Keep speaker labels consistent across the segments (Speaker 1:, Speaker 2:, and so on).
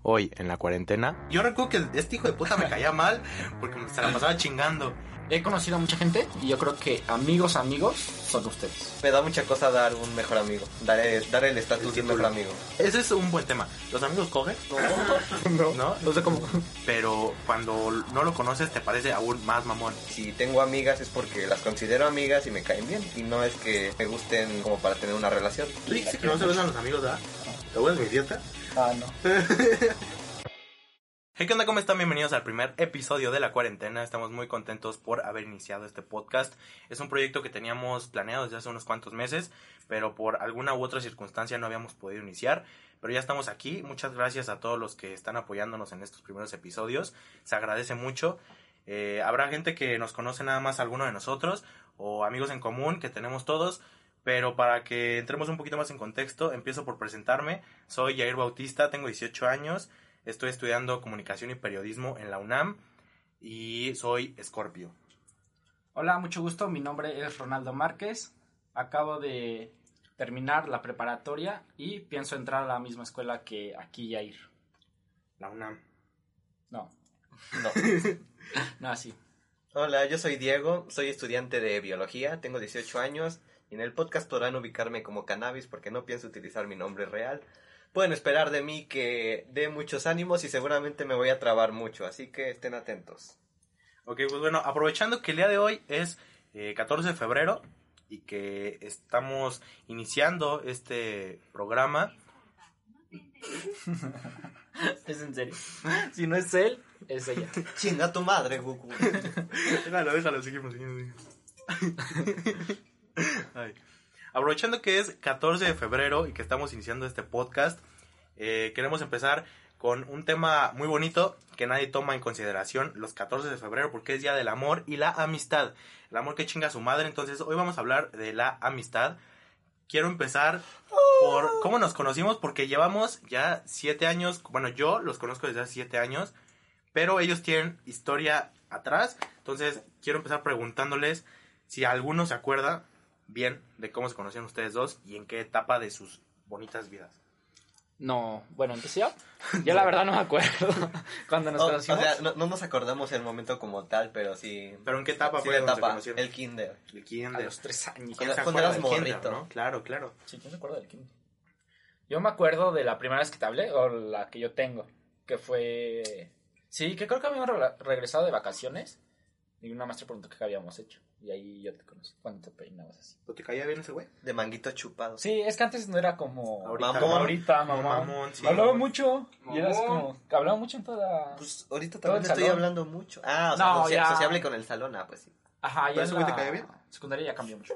Speaker 1: hoy en la cuarentena.
Speaker 2: Yo recuerdo que este hijo de puta me caía mal porque me- se la pasaba chingando.
Speaker 3: He conocido a mucha gente y yo creo que amigos, amigos son ustedes.
Speaker 4: Me da mucha cosa dar un mejor amigo. Dar el, dar el estatus de mejor amigo.
Speaker 2: Este, Ese es un buen tema. ¿Los amigos cogen?
Speaker 3: No,
Speaker 2: No.
Speaker 3: no sé cómo.
Speaker 2: Pero cuando no lo conoces te parece aún más mamón.
Speaker 4: Si tengo amigas es porque las considero amigas y me caen bien. Y no es que me gusten como para tener una relación.
Speaker 2: Tú dijiste que no se ven a los amigos, ¿verdad? ¿Te acuerdas de mi fiesta?
Speaker 3: Ah, no.
Speaker 2: Hey, ¿qué onda? ¿Cómo están? Bienvenidos al primer episodio de La Cuarentena. Estamos muy contentos por haber iniciado este podcast. Es un proyecto que teníamos planeado desde hace unos cuantos meses, pero por alguna u otra circunstancia no habíamos podido iniciar. Pero ya estamos aquí. Muchas gracias a todos los que están apoyándonos en estos primeros episodios. Se agradece mucho. Eh, habrá gente que nos conoce nada más alguno de nosotros o amigos en común que tenemos todos. Pero para que entremos un poquito más en contexto, empiezo por presentarme. Soy Jair Bautista, tengo 18 años. Estoy estudiando comunicación y periodismo en la UNAM y soy Escorpio.
Speaker 3: Hola, mucho gusto. Mi nombre es Ronaldo Márquez. Acabo de terminar la preparatoria y pienso entrar a la misma escuela que aquí Yair.
Speaker 2: La UNAM.
Speaker 3: No,
Speaker 4: No.
Speaker 3: no así.
Speaker 4: Hola, yo soy Diego, soy estudiante de biología, tengo 18 años y en el podcast podrán ubicarme como cannabis porque no pienso utilizar mi nombre real. Pueden esperar de mí que dé muchos ánimos y seguramente me voy a trabar mucho, así que estén atentos.
Speaker 2: Ok, pues bueno, aprovechando que el día de hoy es eh, 14 de febrero y que estamos iniciando este programa.
Speaker 3: Es en serio. Si no es él, es ella.
Speaker 4: Chinga tu madre, Goku.
Speaker 2: déjalo, déjalo, seguimos, seguimos. seguimos. Ay. Aprovechando que es 14 de febrero y que estamos iniciando este podcast, eh, queremos empezar con un tema muy bonito que nadie toma en consideración los 14 de febrero porque es Día del Amor y la Amistad. El amor que chinga a su madre, entonces hoy vamos a hablar de la amistad. Quiero empezar por cómo nos conocimos porque llevamos ya 7 años, bueno yo los conozco desde hace 7 años, pero ellos tienen historia atrás, entonces quiero empezar preguntándoles si alguno se acuerda bien de cómo se conocieron ustedes dos y en qué etapa de sus bonitas vidas.
Speaker 3: No, bueno, empecé yo. Yo la verdad no me acuerdo cuando nos
Speaker 4: O, o
Speaker 3: conocimos.
Speaker 4: sea, no, no nos acordamos el momento como tal, pero sí...
Speaker 2: ¿Pero en qué etapa
Speaker 4: sí
Speaker 2: fue
Speaker 4: la
Speaker 2: cuando se
Speaker 4: etapa,
Speaker 2: conocieron?
Speaker 4: el kinder.
Speaker 2: El kinder.
Speaker 3: a los tres años.
Speaker 2: ¿Quién se
Speaker 4: cuando
Speaker 2: acuerda
Speaker 4: eras
Speaker 2: del kinder,
Speaker 4: morrito.
Speaker 2: no? Claro, claro.
Speaker 3: Sí, ¿quién se acuerda del kinder? Yo me acuerdo de la primera vez que te hablé, o la que yo tengo, que fue... Sí, que creo que habíamos re- regresado de vacaciones y una maestra preguntó qué habíamos hecho. Y ahí yo te conocí, cuando te peinabas así.
Speaker 2: ¿O te caía bien ese güey?
Speaker 4: De manguitos chupados.
Speaker 3: Sí, es que antes no era como...
Speaker 2: Ahorita,
Speaker 3: como
Speaker 4: mamón.
Speaker 3: ahorita, mamá.
Speaker 2: Mamón, sí.
Speaker 3: hablaba mucho. Y eras
Speaker 1: Mamón.
Speaker 3: como... que Hablaba mucho en toda...
Speaker 4: Pues ahorita
Speaker 3: Todo
Speaker 4: también
Speaker 3: el
Speaker 4: estoy
Speaker 3: salón.
Speaker 4: hablando mucho. Ah, o sea,
Speaker 3: No,
Speaker 4: socia-
Speaker 3: ya.
Speaker 4: sociable con el salón, ah, pues sí.
Speaker 3: Ajá,
Speaker 2: ¿Pero
Speaker 3: ya
Speaker 2: ese
Speaker 3: en
Speaker 2: güey
Speaker 3: la
Speaker 2: te caía bien?
Speaker 3: secundaria ya cambió mucho.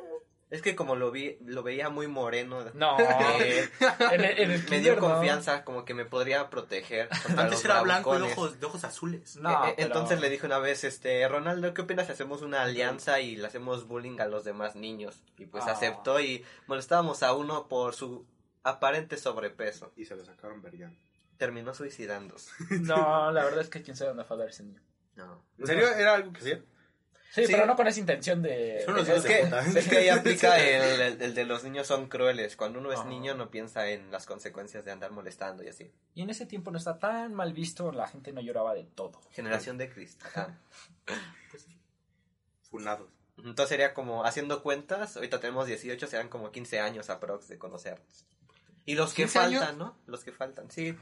Speaker 4: Es que como lo vi, lo veía muy moreno.
Speaker 3: No,
Speaker 4: Eh,
Speaker 3: en el, en el
Speaker 4: me
Speaker 3: kinder
Speaker 4: dio
Speaker 3: no.
Speaker 4: confianza, como que me podría proteger. contra
Speaker 2: Antes
Speaker 4: los
Speaker 2: era blanco y de
Speaker 4: bravucones.
Speaker 2: ojos, de ojos azules.
Speaker 3: No,
Speaker 4: Eh, eh,
Speaker 3: pero-
Speaker 4: Entonces le dije una vez, este, Ronaldo, ¿qué opinas si hacemos una alianza y le hacemos bullying a los demás niños? Y pues
Speaker 3: Ah.
Speaker 4: aceptó y molestábamos a uno por su aparente sobrepeso.
Speaker 2: Y se lo sacaron vergüenza.
Speaker 4: Terminó suicidándose.
Speaker 3: No, la verdad es que quién sabe dónde fue a dar ese niño.
Speaker 4: No.
Speaker 2: ¿En serio? ¿Era algo que hacían?
Speaker 3: Sí,
Speaker 4: Sí.
Speaker 3: pero no con esa intención de...
Speaker 2: Son los
Speaker 3: de-
Speaker 4: Es
Speaker 2: hijos
Speaker 4: que,
Speaker 2: de puta.
Speaker 4: es que ahí aplica el, el- el de los niños son crueles. Cuando uno es
Speaker 3: Ah.
Speaker 4: niño no piensa en las consecuencias de andar molestando y así.
Speaker 3: Y en ese tiempo no está tan mal visto, la gente no lloraba de todo.
Speaker 4: Generación de Cristo. Ajá.
Speaker 2: Funados.
Speaker 4: Entonces sería como, haciendo cuentas, ahorita tenemos 18, serán como 15 años aprox de conocernos. Y los que
Speaker 3: 15 años.
Speaker 4: faltan, ¿no? Los que faltan, sí.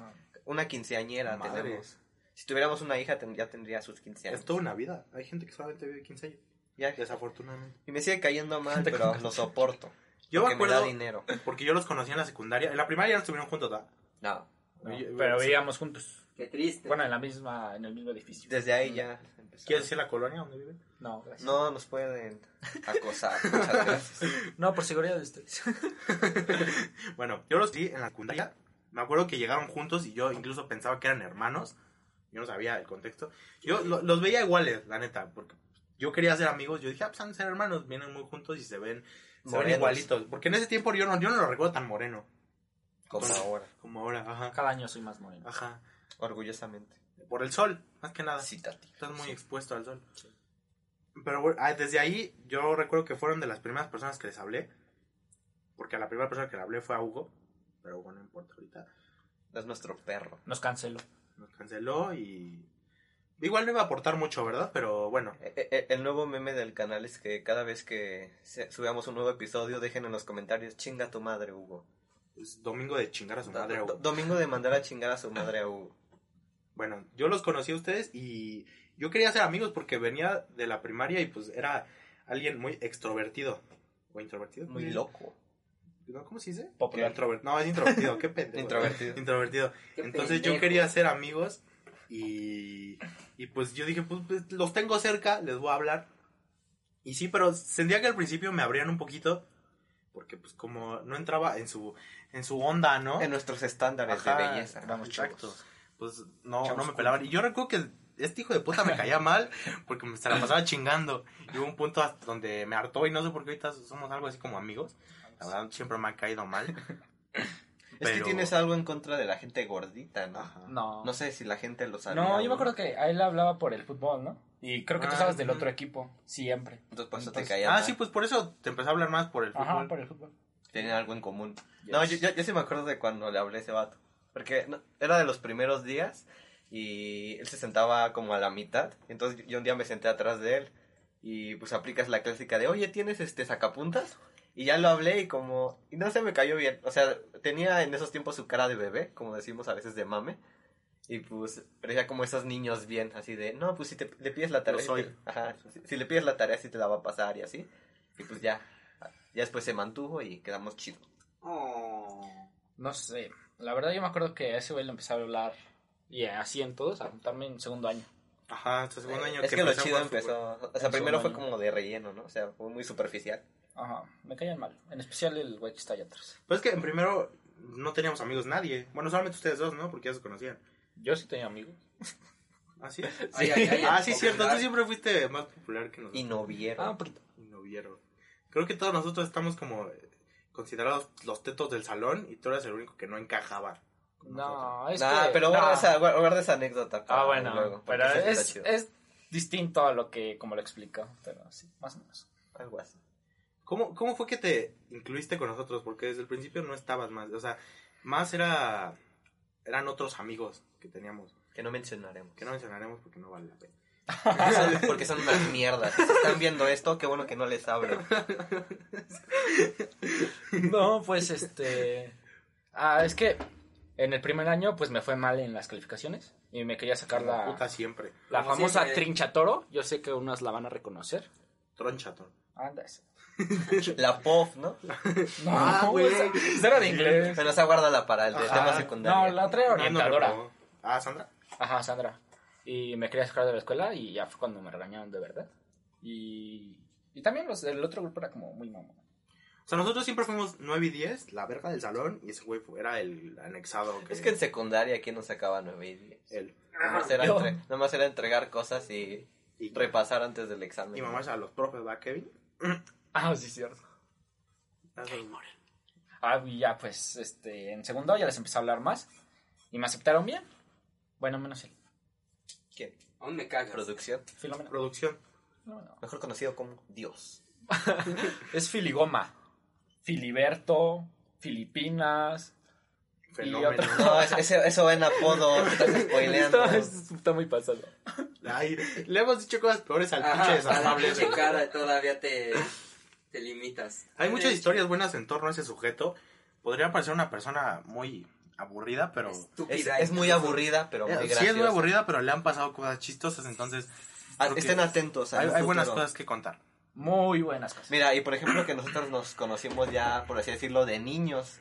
Speaker 4: Una quinceañera
Speaker 2: Madre.
Speaker 4: tenemos. Si tuviéramos una hija, ten- ya tendría sus 15 años.
Speaker 2: Es toda una vida. Hay gente que solamente vive 15 años.
Speaker 4: Ya-
Speaker 2: Desafortunadamente.
Speaker 4: y me sigue cayendo mal, pero lo soporto.
Speaker 2: Yo me
Speaker 4: porque me
Speaker 2: acuerdo
Speaker 4: da dinero.
Speaker 2: porque yo los conocí en la secundaria. En la primaria ya estuvieron juntos, ¿verdad?
Speaker 4: No.
Speaker 3: No,
Speaker 2: Yo-
Speaker 3: pero vivíamos juntos.
Speaker 1: Qué triste.
Speaker 3: Bueno, en la misma, en el mismo edificio.
Speaker 4: Desde ahí ya empezó.
Speaker 2: ¿Quieres decir la colonia donde viven?
Speaker 3: No, gracias.
Speaker 4: No nos pueden acosar. Muchas gracias.
Speaker 3: No, por seguridad de ustedes.
Speaker 2: Bueno, yo los vi en la secundaria. Me acuerdo que llegaron juntos y yo incluso pensaba que eran hermanos. Yo no sabía el contexto. Yo lo- los veía iguales, la neta, porque yo quería ser amigos. Yo dije, ah, pues han de ser hermanos, vienen muy juntos y se ven, se ven
Speaker 4: Morenos.
Speaker 2: igualitos. Porque en ese tiempo yo no, yo no lo recuerdo tan moreno
Speaker 4: Como ahora.
Speaker 2: como ahora. Ajá,
Speaker 3: Cada año soy más moreno.
Speaker 2: ajá.
Speaker 4: Orgullosamente.
Speaker 2: Por el sol, más que nada.
Speaker 4: Citati.
Speaker 2: Estás muy
Speaker 4: Sí.
Speaker 2: expuesto al sol. Pero bueno, ah, desde ahí yo recuerdo que fueron de las primeras personas que les hablé. Porque a la primera persona que le hablé fue a Hugo. Pero bueno, no importa ahorita.
Speaker 4: No es nuestro perro.
Speaker 3: Nos canceló.
Speaker 2: Nos canceló y. Igual no iba a aportar mucho, ¿verdad? Pero bueno.
Speaker 4: Eh, eh, eh, El nuevo meme del canal es que cada vez que se- subamos un nuevo episodio, dejen en los comentarios, chinga tu madre, Hugo.
Speaker 2: Es domingo de chingar a su
Speaker 4: Do-
Speaker 2: madre.
Speaker 4: do-
Speaker 2: güey.
Speaker 4: Domingo de mandar a chingar a su madre a Hugo.
Speaker 2: Bueno, yo los conocí a ustedes y yo quería ser amigos porque venía de la primaria y pues era alguien muy extrovertido. ¿O introvertido?
Speaker 4: Muy loco.
Speaker 2: ¿No? ¿Cómo se dice?
Speaker 3: Popular.
Speaker 2: Introver- No, es introvertido. Qué pendejo.
Speaker 4: Introvertido.
Speaker 2: Introvertido.
Speaker 1: Qué
Speaker 2: Entonces yo
Speaker 1: pendejo.
Speaker 2: quería ser amigos y, y pues yo dije, pues, pues, los tengo cerca, les voy a hablar. Y sí, pero sentía que al principio me abrían un poquito porque pues como no entraba en su, en su onda, ¿no?
Speaker 4: En nuestros estándares de
Speaker 2: Ajá,
Speaker 4: belleza.
Speaker 3: Vamos,
Speaker 2: Exacto.
Speaker 3: chavos.
Speaker 2: Pues no,
Speaker 3: Chavos
Speaker 2: no me
Speaker 3: cool.
Speaker 2: pelaban. Y yo recuerdo que este hijo de puta me caía mal porque me se la pasaba chingando. Y hubo un punto hasta donde me hartó y no sé por qué ahorita somos algo así como amigos. La
Speaker 4: Ah,
Speaker 2: verdad, siempre me ha caído mal.
Speaker 4: Es que
Speaker 2: Pero-
Speaker 4: tienes algo en contra de la gente gordita, ¿no?
Speaker 2: Ajá.
Speaker 3: No.
Speaker 4: No sé si la gente lo sabe.
Speaker 3: No, yo me acuerdo que a él hablaba por el fútbol, ¿no? Y creo que tú
Speaker 2: Ah,
Speaker 3: sabes del
Speaker 2: ujú.
Speaker 3: otro equipo, siempre.
Speaker 4: Entonces por eso te
Speaker 3: Entonces-
Speaker 4: caía
Speaker 2: Ah,
Speaker 4: mal.
Speaker 2: sí, pues por eso te empecé a hablar más por el fútbol.
Speaker 3: Ajá, por el fútbol.
Speaker 4: Tienen algo en común. No, yo, yo, yo sí me acuerdo de cuando le hablé a ese vato. Porque no- era de los primeros días y él se sentaba como a la mitad. Entonces yo- yo un día me senté atrás de él y pues aplicas la clásica de, oye, ¿tienes este sacapuntas? Y ya lo hablé y como, y no se me cayó bien. O sea, tenía en esos tiempos su cara de bebé, como decimos a veces de mame. Y pues parecía como esos niños bien, así de, no, pues si te, le pides la tarea,
Speaker 2: Lo
Speaker 4: sí
Speaker 2: soy.
Speaker 4: te- ajá, si, si le pides la tarea sí te la va a pasar y así. Y pues ya, ya después se mantuvo y quedamos chidos. Oh.
Speaker 3: No sé. La verdad, yo me acuerdo que a ese güey le empecé a hablar. Y así en todos, a juntarme en segundo año.
Speaker 2: Ajá, hasta segundo año
Speaker 4: Eh, es que, lo
Speaker 2: empecé a
Speaker 4: chido
Speaker 2: jugar fútbol.
Speaker 4: empezó. O sea,
Speaker 3: Empezó
Speaker 4: primero fue
Speaker 3: mal.
Speaker 4: como de relleno, ¿no? O sea, fue muy superficial.
Speaker 3: Ajá, me caían mal. En especial el güey que está allá atrás.
Speaker 2: Pero Pues es que en primero no teníamos amigos nadie. Bueno, solamente ustedes dos, ¿no? Porque ya se conocían.
Speaker 3: Yo sí tenía amigos.
Speaker 2: ¿Ah, sí?
Speaker 1: Ay, ay, ay,
Speaker 2: ah, sí,
Speaker 1: popular.
Speaker 2: cierto. Tú siempre fuiste más popular que nosotros.
Speaker 4: Y no vieron.
Speaker 3: Ah, un poquito.
Speaker 2: Y no vieron. Creo que todos nosotros estamos como eh, considerados los tetos del salón y tú eras el único que no encajaba. con nosotros.
Speaker 3: No, es
Speaker 4: Ah, Nah,
Speaker 3: que...
Speaker 4: pero
Speaker 3: no.
Speaker 4: guarda, esa, guarda- guarda esa anécdota. para
Speaker 3: Ah, bueno.
Speaker 4: luego, porque
Speaker 3: pero
Speaker 4: sí está
Speaker 3: es,
Speaker 4: chido.
Speaker 3: es distinto a lo que... Como lo explico. Pero sí, más o menos.
Speaker 4: Algo así.
Speaker 2: ¿Cómo, ¿Cómo fue que te incluiste con nosotros? Porque desde el principio no estabas más. O sea, más era eran otros amigos que teníamos.
Speaker 4: Que no mencionaremos.
Speaker 2: Que no mencionaremos porque no vale la pena.
Speaker 4: Porque son- porque son unas mierdas. Si están viendo esto, qué bueno que no les hablo.
Speaker 3: No, pues este. Ah, es que en el primer año, pues me fue mal en las calificaciones. Y me quería sacar
Speaker 2: La
Speaker 3: la,
Speaker 2: puta siempre.
Speaker 3: la
Speaker 1: Como
Speaker 3: famosa
Speaker 1: siempre.
Speaker 3: trincha toro. Yo sé que unas la van a reconocer.
Speaker 2: Tronchatón.
Speaker 3: Andas.
Speaker 4: La POF, ¿no?
Speaker 3: No,
Speaker 2: Ah, güey.
Speaker 3: esa- esa era de inglés.
Speaker 4: Pero esa guárdala para el de
Speaker 2: Ajá.
Speaker 4: tema secundario.
Speaker 3: No, la otra era orientadora.
Speaker 2: Ah, Sandra.
Speaker 3: Ajá, Sandra. Y me quería sacar de la escuela y ya fue cuando me regañaron de verdad. Y, y también los, el otro grupo era como muy mamón.
Speaker 2: O sea, nosotros siempre fuimos 9 y 10, la verga del salón, y ese güey fue- era el anexado.
Speaker 4: Es que en secundaria, ¿quién nos sacaba 9 y 10?
Speaker 2: él.
Speaker 4: Nomás era,
Speaker 3: Yo.
Speaker 4: entre- nomás era entregar cosas y
Speaker 2: Y,
Speaker 4: repasar antes del examen.
Speaker 2: y mamarse a los profes, ¿va, Kevin?
Speaker 3: Ah, sí, cierto. Ah, y ya, pues, este, en segundo ya les empecé a hablar más. Y me aceptaron bien. Bueno, menos el
Speaker 4: ¿Quién?
Speaker 1: Aún me cagas.
Speaker 4: Producción.
Speaker 3: Filomeno.
Speaker 2: Producción.
Speaker 3: No, no.
Speaker 4: Mejor conocido como Dios.
Speaker 3: Es filigoma. Filiberto, Filipinas.
Speaker 2: Fenómeno.
Speaker 3: otro-
Speaker 4: No, es- ese- eso en apodo, te estás spoileando.
Speaker 3: Está, está muy pasado.
Speaker 2: Ay, le hemos dicho cosas peores al pinche
Speaker 1: Ajá, a la
Speaker 2: desagradable.
Speaker 1: pinche cara todavía te, te limitas.
Speaker 2: Hay muchas historias buenas en torno a ese sujeto. Podría parecer una persona muy aburrida, pero...
Speaker 4: Es,
Speaker 1: Estúpida.
Speaker 4: es muy aburrida, pero muy
Speaker 2: Eh,
Speaker 4: graciosa.
Speaker 2: Sí es muy aburrida, pero le han pasado cosas chistosas, entonces...
Speaker 4: Ah,
Speaker 2: creo que
Speaker 4: Estén atentos. al
Speaker 2: hay, hay buenas
Speaker 4: futuro.
Speaker 2: cosas que contar.
Speaker 3: Muy buenas cosas.
Speaker 4: Mira, y por ejemplo que nosotros nos conocimos ya, por así decirlo, de niños.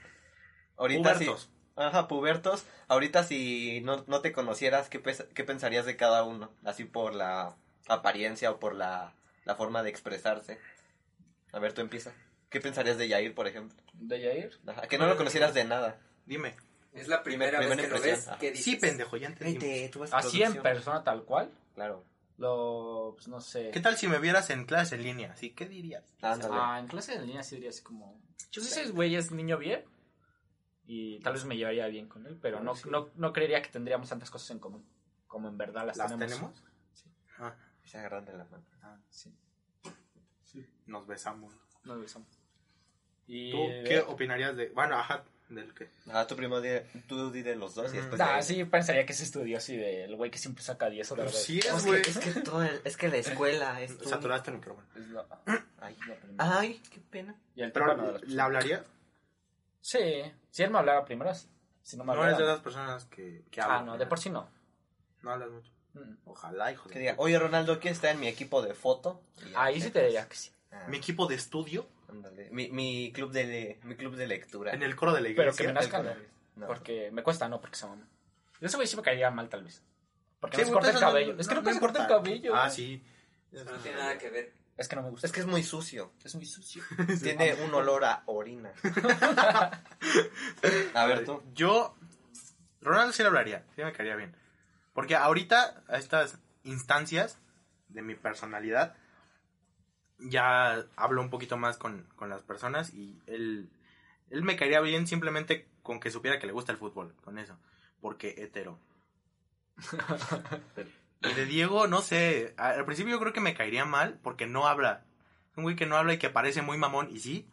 Speaker 4: Ahorita sí-
Speaker 2: Pubertos.
Speaker 4: ajá, pubertos. Ahorita si no, no te conocieras, ¿qué, pes- ¿qué pensarías de cada uno? Así por la apariencia o por la, la forma de expresarse. A ver, tú empieza. ¿Qué pensarías de Yair, por ejemplo?
Speaker 3: De Yair.
Speaker 4: Ajá, que no lo conocieras de nada.
Speaker 2: Dime.
Speaker 1: Es la primera
Speaker 4: Primera
Speaker 1: vez que lo ves.
Speaker 4: impresión.
Speaker 1: que dices,
Speaker 2: Sí, pendejo, ya entendí.
Speaker 4: tú vas
Speaker 3: Así en persona tal cual.
Speaker 4: Claro.
Speaker 3: Lo, pues no sé.
Speaker 2: ¿Qué tal si me vieras en clase en línea? ¿Sí? ¿Qué dirías?
Speaker 4: Ándale.
Speaker 3: Ah, en clase de línea sí diría así como... Yo sé ese güey es niño bien. Y tal vez me llevaría bien con él, pero no,
Speaker 2: Sí.
Speaker 3: no, no creería que tendríamos tantas cosas en común. Como en verdad las,
Speaker 2: ¿Las tenemos?
Speaker 3: Sí.
Speaker 2: Ah,
Speaker 4: Se agarran de la mano.
Speaker 3: Sí,
Speaker 2: nos besamos.
Speaker 3: nos besamos. Y
Speaker 2: ¿Tú qué opinarías de...? Bueno, ajá, Del que.
Speaker 4: Ah, tu primo, di- tú di de los dos
Speaker 2: Ujú.
Speaker 4: y después. de
Speaker 3: Nah,
Speaker 4: ahí.
Speaker 3: Pues sí, pensaría que es estudioso y del güey que siempre saca 10 o de
Speaker 2: Pues
Speaker 3: verdad.
Speaker 2: sí es,
Speaker 4: Es
Speaker 2: güey.
Speaker 4: que, es, que todo el- es que la escuela es. todo-
Speaker 2: Saturaste el micrófono.
Speaker 3: Es lo- ay, lo primero.
Speaker 4: Ay, qué pena.
Speaker 3: Ah, y el
Speaker 2: Pero,
Speaker 3: tócano de las personas.
Speaker 2: ¿le hablaría?
Speaker 3: Sí, si él me hablara primero, sí. Si no
Speaker 2: No
Speaker 3: me hablara.
Speaker 2: eres de las personas que, que
Speaker 3: ah,
Speaker 2: hablan.
Speaker 3: no, de por sí no.
Speaker 2: No hablas mucho.
Speaker 3: Mm.
Speaker 2: Ojalá, hijo
Speaker 4: Que
Speaker 2: de...
Speaker 4: diga, oye Ronaldo, ¿quién está en mi equipo de foto? Y ya,
Speaker 3: Ahí sí te
Speaker 4: pues,
Speaker 3: diría que sí.
Speaker 4: ah,
Speaker 2: Mi equipo de estudio
Speaker 4: ándale. Mi, mi club de le- mi club de lectura.
Speaker 2: en el coro de la
Speaker 3: Pero
Speaker 2: iglesia.
Speaker 3: que me nazca, no.
Speaker 4: No.
Speaker 3: Porque me cuesta, no, porque se mama. De ese güey sí me caería mal, tal vez. Porque
Speaker 2: Sí,
Speaker 3: no se corta el
Speaker 2: entonces no-
Speaker 3: cabello. es que no, se corta el
Speaker 2: importa.
Speaker 3: cabello.
Speaker 2: Ah, sí.
Speaker 1: No tiene nada que ver.
Speaker 3: Es que no me gusta.
Speaker 4: Es que es muy sucio.
Speaker 3: es muy sucio.
Speaker 4: Tiene un olor a orina. a ver tú.
Speaker 2: Yo, Ronaldo sí le hablaría, sí me caería bien. Porque ahorita, a estas instancias de mi personalidad, ya hablo un poquito más con, con las personas y él, él me caería bien simplemente con que supiera que le gusta el fútbol, con eso. Porque hetero. y de Diego, no sé, a- al principio yo creo que me caería mal porque no habla. Es un güey que no habla y que parece muy mamón, y sí,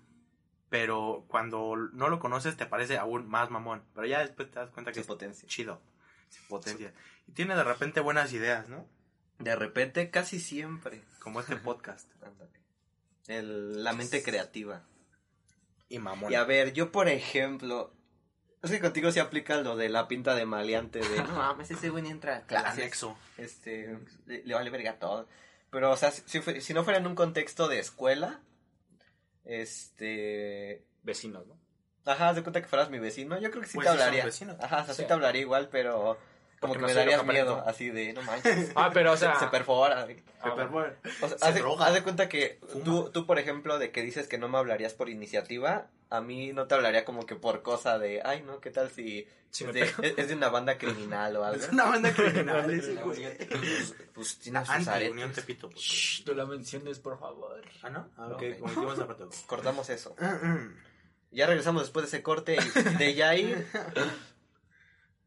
Speaker 2: pero cuando no lo conoces te parece aún más mamón. Pero ya después te das cuenta que
Speaker 4: Su
Speaker 2: es
Speaker 4: potencia.
Speaker 2: chido, sin potencia. Y tiene de repente buenas ideas, ¿no?
Speaker 4: De repente, casi siempre.
Speaker 2: Como este podcast.
Speaker 4: Ándale. El- la mente creativa.
Speaker 2: Y mamón.
Speaker 4: Y a ver, yo por ejemplo. Es que contigo se aplica lo de la pinta de maleante de. No mames, ese güey ni entra a
Speaker 2: El
Speaker 4: clases".
Speaker 2: anexo.
Speaker 4: este, le, le vale verga todo. Pero, o sea, si, fue- si no fuera en un contexto de escuela, este...
Speaker 3: Vecinos, ¿no?
Speaker 4: Ajá, haz de cuenta que fueras mi vecino, yo creo que sí
Speaker 2: Pues
Speaker 4: te
Speaker 2: sí son
Speaker 4: hablaría.
Speaker 2: vecinos.
Speaker 4: Ajá, o sea, sí
Speaker 3: Sí.
Speaker 4: te hablaría igual, pero
Speaker 3: Porque
Speaker 4: como que
Speaker 3: no
Speaker 4: me
Speaker 3: soy
Speaker 4: darías
Speaker 3: loca,
Speaker 4: miedo,
Speaker 3: pero-
Speaker 4: así de, no manches.
Speaker 3: Ah, pero o sea.
Speaker 4: se perfora.
Speaker 3: ah, bueno.
Speaker 4: O sea,
Speaker 2: Se
Speaker 4: haz, de,
Speaker 2: droga.
Speaker 4: haz de cuenta que
Speaker 2: Fuma.
Speaker 4: tú, tú, por ejemplo, de que dices que no me hablarías por iniciativa, a mí no te hablaría como que por cosa de, ay, no, ¿qué tal si,
Speaker 3: Si
Speaker 4: es,
Speaker 3: me
Speaker 4: de, es- es de una banda criminal o algo?
Speaker 2: Es una banda criminal ese
Speaker 1: No,
Speaker 2: güey.
Speaker 1: fíjate.
Speaker 4: Pues, pues tienes sus
Speaker 2: Anti
Speaker 4: aretes.
Speaker 2: Unión Tepito. porque-
Speaker 3: Shh, no la menciones, por favor.
Speaker 2: Ah, ¿no? Ah, ok,
Speaker 4: Ok.
Speaker 2: cometimos esa parte.
Speaker 4: Cortamos eso. Ya regresamos después de ese corte y de Yair.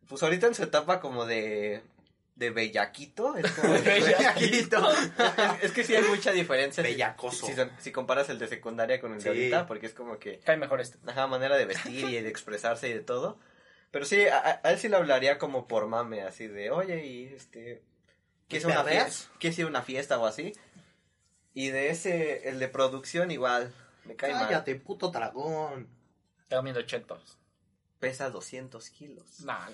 Speaker 4: Pues ahorita en su etapa como de. de bellaquito. Es, como-
Speaker 2: Pues, Bellaquito.
Speaker 4: es- es que sí hay mucha diferencia. si-
Speaker 2: Bellacoso.
Speaker 4: Si, si comparas el de secundaria con el de
Speaker 2: Sí.
Speaker 4: ahorita, porque es como que.
Speaker 3: Cae mejor este.
Speaker 4: Ajá, manera de vestir y de expresarse y de todo. Pero sí, a, a- a él sí le hablaría como por mame, así de, oye, y este. ¿Quieres ir a una
Speaker 2: ¿Perreas?
Speaker 4: fiesta? ¿Quieres ir a una fiesta o así? Y de ese, el de producción igual. Me cae mal.
Speaker 2: Cállate, puto dragón.
Speaker 3: Tengo miedo chetos.
Speaker 4: Pesa 200 kilos.
Speaker 3: Nah,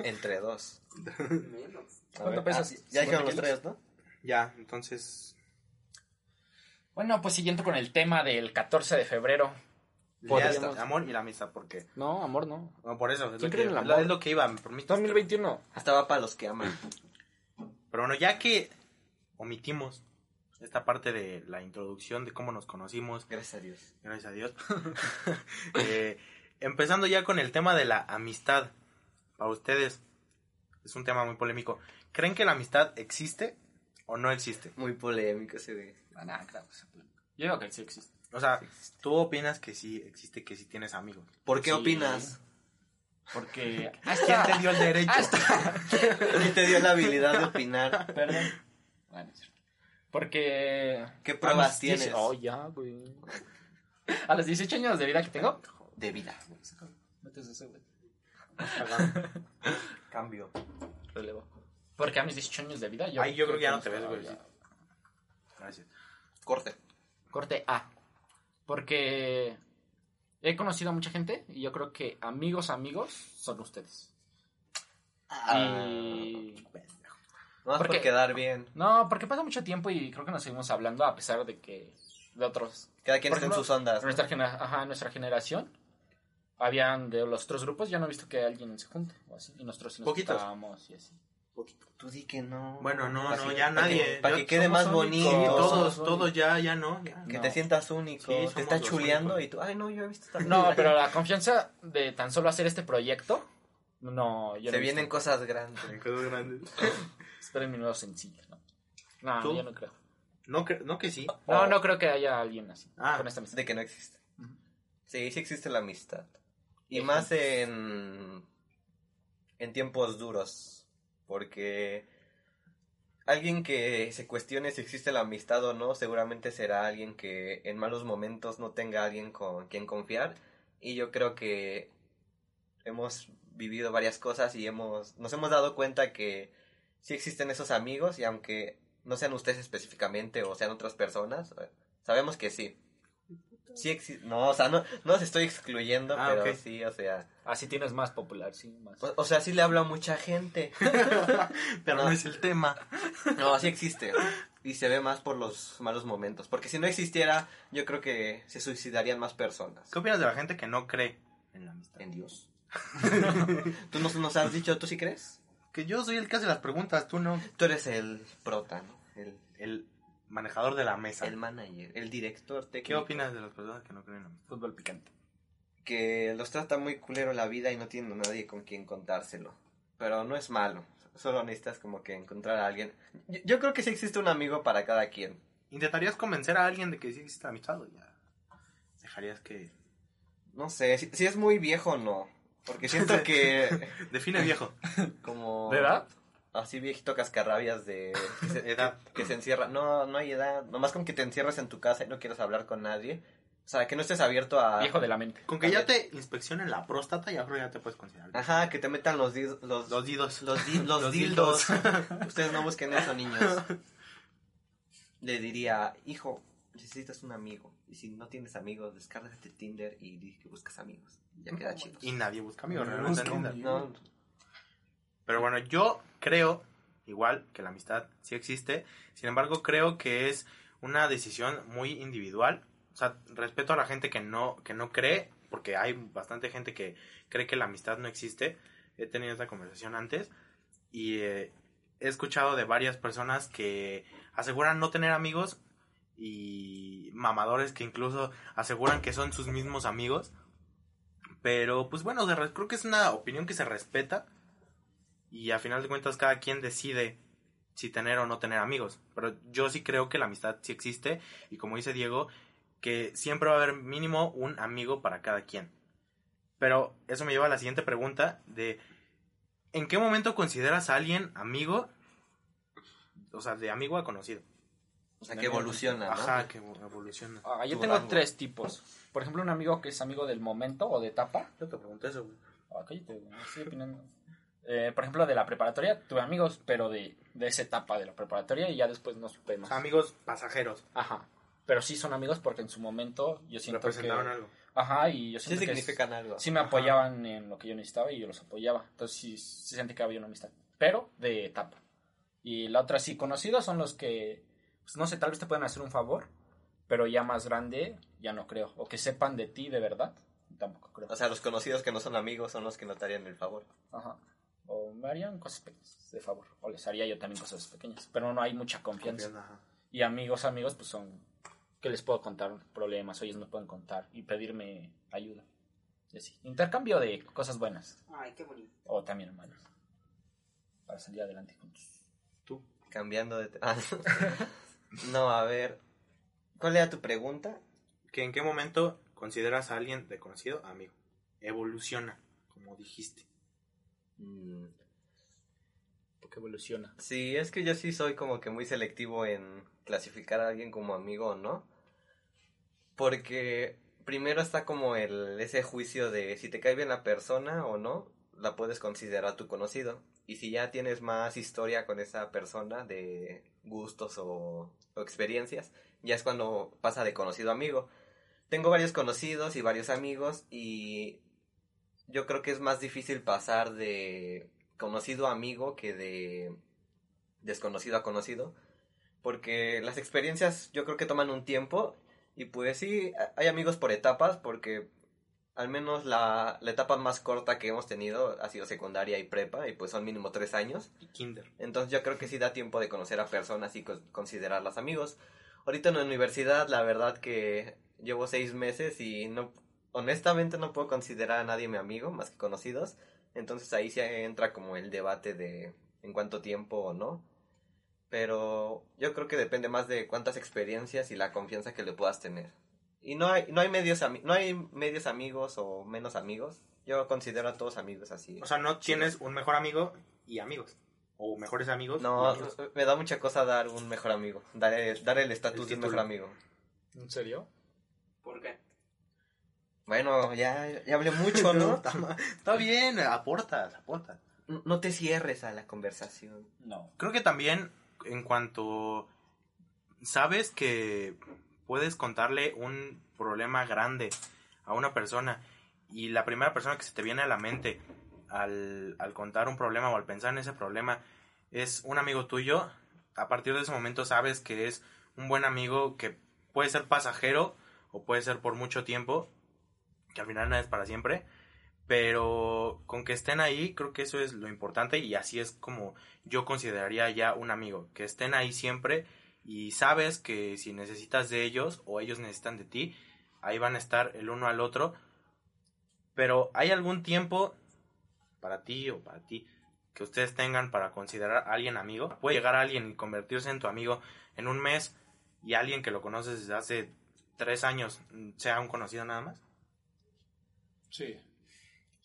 Speaker 4: Entre dos.
Speaker 1: Menos.
Speaker 4: A
Speaker 3: ¿Cuánto
Speaker 4: ver,
Speaker 3: pesas?
Speaker 4: ah, ya dijeron
Speaker 3: 50
Speaker 4: los
Speaker 3: kilos.
Speaker 4: tres, ¿no?
Speaker 2: Ya, entonces.
Speaker 3: Bueno, pues siguiendo con el tema del 14 de febrero. Podríamos-
Speaker 2: ya está, amor y la misa, porque.
Speaker 3: No, amor, no.
Speaker 2: No, por eso. Es lo,
Speaker 3: ¿Quién
Speaker 2: que,
Speaker 3: cree en el
Speaker 2: es
Speaker 3: amor?
Speaker 2: lo que iba, por mí.
Speaker 3: 2021.
Speaker 4: Hasta va para los que aman.
Speaker 2: Pero bueno, ya que omitimos esta parte de la introducción de cómo nos conocimos,
Speaker 4: Gracias a Dios.
Speaker 2: gracias a Dios. Eh, empezando ya con el tema de la amistad. Para ustedes, es un tema muy polémico. ¿Creen que la amistad existe o no existe?
Speaker 4: Muy polémico ese de.
Speaker 3: Ah, nah, claro, pues, Yo digo que sí existe.
Speaker 2: O sea, tú opinas que sí existe, que sí tienes amigos.
Speaker 4: ¿Por qué
Speaker 3: Sí.
Speaker 4: opinas?
Speaker 3: Porque.
Speaker 2: ¿Quién te dio el derecho?
Speaker 4: ¿Quién te dio la habilidad de opinar?
Speaker 3: Perdón. Bueno, es cierto. Porque.
Speaker 4: ¿Qué pruebas
Speaker 3: a los
Speaker 4: tienes?
Speaker 3: 18 Oh, ya, güey. A los 18 años de vida que tengo.
Speaker 4: De vida.
Speaker 3: Metes ese, güey.
Speaker 4: Cambio.
Speaker 3: Relevo. Porque a mis 18 años de vida yo.
Speaker 2: Ay, yo creo que ya no te ves,
Speaker 3: conozco-
Speaker 2: güey.
Speaker 3: ah,
Speaker 2: Gracias.
Speaker 4: Corte.
Speaker 3: ya. Corte A. Porque. He conocido a mucha gente y yo creo que amigos, amigos son ustedes. Ah.
Speaker 4: Ah.
Speaker 3: Y.
Speaker 4: Vamos
Speaker 3: ¿Por
Speaker 4: por
Speaker 3: qué?
Speaker 4: quedar bien.
Speaker 3: No, porque pasa mucho tiempo y creo que nos seguimos hablando a pesar de que. de otros
Speaker 4: Cada quien
Speaker 3: Por
Speaker 4: está en
Speaker 3: ejemplo,
Speaker 4: sus ondas.
Speaker 3: nuestra, genera- ajá, nuestra generación habían de los otros grupos yo no he visto que alguien se junte o así y nosotros sí nos
Speaker 2: Poquitos.
Speaker 3: juntábamos y así
Speaker 4: Tú di Pues que no.
Speaker 2: Bueno, no,
Speaker 4: Pa'
Speaker 2: no,
Speaker 4: que-
Speaker 2: ya
Speaker 4: pa' que-
Speaker 2: nadie.
Speaker 4: Para
Speaker 2: Yo-
Speaker 4: que quede más
Speaker 3: somos
Speaker 4: bonito.
Speaker 3: únicos.
Speaker 2: Sí, todos,
Speaker 3: Somos
Speaker 2: todos, ya, ya no. ya.
Speaker 4: Que
Speaker 3: No.
Speaker 4: te sientas único.
Speaker 2: Sí, somos
Speaker 4: te está
Speaker 2: los
Speaker 4: chuleando
Speaker 2: únicos.
Speaker 4: y tú, ay, no, yo he visto también.
Speaker 3: no pero la confianza de tan solo hacer este proyecto no yo
Speaker 4: Se
Speaker 3: no he
Speaker 4: vienen
Speaker 3: visto.
Speaker 4: cosas grandes.
Speaker 2: Cosas grandes.
Speaker 3: esperen mi nuevo sencillo no no
Speaker 2: ¿Tú?
Speaker 3: yo no creo
Speaker 2: No, que- no que sí.
Speaker 3: no
Speaker 4: Oh.
Speaker 3: no creo que haya alguien así
Speaker 2: Ah,
Speaker 3: con esta amistad
Speaker 4: De que no existe.
Speaker 3: Ujú.
Speaker 4: Sí, sí existe la amistad. Y
Speaker 3: Ejemplo.
Speaker 4: más en. en tiempos duros. Porque. Alguien que se cuestione si existe la amistad o no, seguramente será alguien que en malos momentos no tenga alguien con quien confiar Y yo creo que hemos vivido varias cosas y hemos, nos hemos dado cuenta que sí existen esos amigos y aunque no sean ustedes específicamente o sean otras personas, eh, sabemos que sí. Sí existen, no, o sea, no, no los estoy excluyendo,
Speaker 2: Ah,
Speaker 4: pero
Speaker 2: ok.
Speaker 4: sí, o sea,
Speaker 3: Así tienes más popular, sí, más.
Speaker 4: o, o sea, sí le hablo a mucha gente.
Speaker 2: Pero no.
Speaker 4: No.
Speaker 2: es el tema.
Speaker 4: No, sí existe. Y se ve más por los malos momentos. Porque si no existiera, yo creo que se suicidarían más personas.
Speaker 2: ¿Qué opinas de la gente que no cree en la amistad?
Speaker 4: En Dios. ¿Tú nos, nos has dicho, tú sí crees?
Speaker 2: Que yo soy el que hace las preguntas, tú no.
Speaker 4: Tú eres el prota, ¿no? El,
Speaker 2: El manejador de la mesa.
Speaker 4: el manager, el director técnico.
Speaker 2: ¿Qué opinas de las personas que no creen en la amistad?
Speaker 3: Fútbol picante.
Speaker 4: Que los trata muy culero la vida y no tiene nadie con quien contárselo. Pero no es malo. Solo necesitas como que encontrar a alguien. Yo, yo creo que sí existe un amigo para cada quien.
Speaker 2: ¿Intentarías convencer a alguien de que sí existe la amistad o ya? ¿Dejarías que.?
Speaker 4: No sé, si, si es muy viejo no. Porque siento que
Speaker 2: Define viejo.
Speaker 4: como...
Speaker 3: ¿De edad?
Speaker 4: Así viejito cascarrabias de que se,
Speaker 2: Edad.
Speaker 4: que se encierra. No, no hay edad. Nomás con que te encierres en tu casa y no quieras hablar con nadie. O sea, que no estés abierto a...
Speaker 3: Ah, Viejo de la mente.
Speaker 2: Con que ya te inspeccionen la próstata, ya creo ya te puedes considerar. viejo.
Speaker 4: Ajá, que te metan los dis- los,
Speaker 2: Los didos.
Speaker 4: los di- los
Speaker 2: Los
Speaker 4: dildos. Ustedes no busquen eso, niños. Le diría, hijo, necesitas un amigo. Y si no tienes amigos, descárgate Tinder y di que buscas amigos. Ya queda chido.
Speaker 2: Y nadie busca amigos,
Speaker 3: No
Speaker 2: realmente
Speaker 3: busca
Speaker 2: en Tinder.
Speaker 3: amigos.
Speaker 4: No,
Speaker 2: Pero bueno, yo creo, igual, que la amistad sí existe. Sin embargo, creo que es una decisión muy individual. O sea, respeto a la gente que no, que no cree, porque hay bastante gente que cree que la amistad no existe. He tenido esta conversación antes y eh, he escuchado de varias personas que aseguran no tener amigos y mamadores que incluso aseguran que son sus mismos amigos. Pero pues bueno, se re- creo que es una opinión que se respeta. Y a final de cuentas cada quien decide si tener o no tener amigos. Pero yo sí creo que la amistad sí existe y como dice Diego, que siempre va a haber mínimo un amigo para cada quien. Pero eso me lleva a la siguiente pregunta de ¿en qué momento consideras a alguien amigo? O sea, de amigo a conocido.
Speaker 4: o sea, que evoluciona, ¿no?
Speaker 2: Ajá, que evoluciona.
Speaker 3: Ah, yo
Speaker 4: Tu
Speaker 3: tengo
Speaker 4: rango.
Speaker 3: tres tipos. Por ejemplo, un amigo que es amigo del momento o de etapa.
Speaker 2: Yo te pregunté eso, güey.
Speaker 3: Ah, cállate, güey, estoy opinando. Eh, por ejemplo, de la preparatoria tuve amigos, pero de, de esa etapa de la preparatoria y ya después no supe
Speaker 2: O
Speaker 3: más.
Speaker 2: sea, amigos pasajeros.
Speaker 3: Ajá. Pero sí son amigos porque en su momento yo siento que...
Speaker 2: Representaron algo.
Speaker 3: Ajá, y yo
Speaker 4: Sí
Speaker 3: siento que...
Speaker 4: significan algo.
Speaker 3: sí me
Speaker 2: Ajá.
Speaker 3: apoyaban en lo que yo necesitaba y yo los apoyaba. Entonces sí se siente que había una amistad, pero de etapa. Y la otra sí conocidos son los que, pues no sé, tal vez te pueden hacer un favor, pero ya más grande ya no creo. O que sepan de ti de verdad, tampoco creo.
Speaker 4: O sea, los conocidos que no son amigos son los que no te harían el favor.
Speaker 3: Ajá. O me harían cosas pequeñas, de favor. O les haría yo también cosas pequeñas. Pero no hay mucha confianza.
Speaker 2: Confianza, ajá.
Speaker 3: Y amigos, amigos, pues son que les puedo contar problemas, o ellos me pueden contar y pedirme ayuda. Y así. Intercambio de cosas buenas.
Speaker 1: Ay, qué bonito.
Speaker 3: O también malos. Para salir adelante juntos.
Speaker 4: Cambiando de... te- Ah. no, a ver. ¿Cuál era tu pregunta?
Speaker 2: que en qué momento consideras a alguien de conocido amigo. Evoluciona, como dijiste.
Speaker 4: Mm,
Speaker 3: Porque evoluciona.
Speaker 4: Sí, es que yo sí soy como que muy selectivo en clasificar a alguien como amigo o no. Porque primero está como el ese juicio de si te cae bien la persona o no, la puedes considerar tu conocido. Y si ya tienes más historia con esa persona de gustos o, o experiencias, ya es cuando pasa de conocido a amigo. Tengo varios conocidos y varios amigos y yo creo que es más difícil pasar de conocido a amigo que de desconocido a conocido. Porque las experiencias yo creo que toman un tiempo. Y pues sí, a- hay amigos por etapas porque al menos la, la etapa más corta que hemos tenido ha sido secundaria y prepa y pues son mínimo tres años.
Speaker 2: Y Kinder.
Speaker 4: Entonces yo creo que sí da tiempo de conocer a personas y con- considerarlas amigos. Ahorita en la universidad, la verdad que llevo seis meses y no, honestamente no puedo considerar a nadie mi amigo, más que conocidos. Entonces ahí se entra como el debate de en cuánto tiempo o no. Pero yo creo que depende más de cuántas experiencias y la confianza que le puedas tener. Y no hay, no hay medios ami- no hay medios amigos o menos amigos. Yo considero a todos amigos así.
Speaker 2: O sea, no tienes un mejor amigo y amigos. O mejores amigos. y
Speaker 4: No,
Speaker 2: amigos.
Speaker 4: me da mucha cosa dar un mejor amigo. Dar el dar el estatus
Speaker 2: El
Speaker 4: de un
Speaker 2: título.
Speaker 4: mejor amigo.
Speaker 3: ¿En serio?
Speaker 1: ¿Por qué?
Speaker 4: Bueno, ya, ya hablé mucho, ¿no?
Speaker 2: Está, está bien, aportas, aportas.
Speaker 4: No te cierres a la conversación.
Speaker 3: No.
Speaker 2: Creo que también en cuanto sabes que puedes contarle un problema grande a una persona y la primera persona que se te viene a la mente al, al contar un problema o al pensar en ese problema es un amigo tuyo, a partir de ese momento sabes que es un buen amigo que puede ser pasajero o puede ser por mucho tiempo, que al final nada es para siempre, pero con que estén ahí creo que eso es lo importante y así es como yo consideraría ya un amigo, que estén ahí siempre y sabes que si necesitas de ellos o ellos necesitan de ti, ahí van a estar el uno al otro, pero ¿hay algún tiempo para ti o para ti que ustedes tengan para considerar a alguien amigo? Puede llegar alguien y convertirse en tu amigo en un mes y alguien que lo conoces desde hace tres años mm, sea un conocido nada más.
Speaker 3: Sí.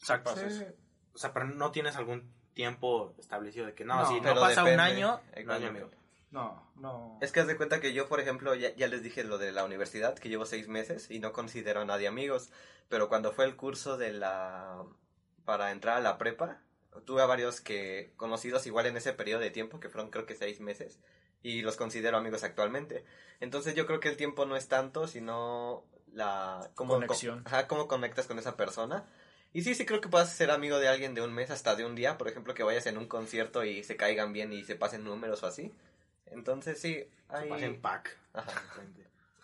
Speaker 2: O sea,
Speaker 3: pasa
Speaker 2: sí.
Speaker 3: eso.
Speaker 2: O sea, pero no tienes algún tiempo establecido de que no,
Speaker 3: No,
Speaker 2: si no
Speaker 4: pero
Speaker 2: pasa un
Speaker 4: depende.
Speaker 2: año,
Speaker 4: Eh,
Speaker 2: no es mi
Speaker 4: cuando-
Speaker 2: amigo.
Speaker 3: No, no.
Speaker 4: Es que haz de cuenta que yo, por ejemplo, ya, ya les dije lo de la universidad, que llevo seis meses y no considero a nadie amigos, pero cuando fue el curso de la... para entrar a la prepa, tuve a varios que conocidos igual en ese periodo de tiempo, que fueron creo que seis meses, y los considero amigos actualmente. Entonces yo creo que el tiempo no es tanto, sino la... cómo-
Speaker 3: Conexión.
Speaker 4: ajá, cómo conectas con esa persona. Y sí, sí creo que puedas ser amigo de alguien de un mes hasta de un día, por ejemplo, que vayas en un concierto y se caigan bien y se pasen números o así. Entonces sí,
Speaker 2: Se
Speaker 4: hay...
Speaker 2: pasa en pack.
Speaker 4: Ajá.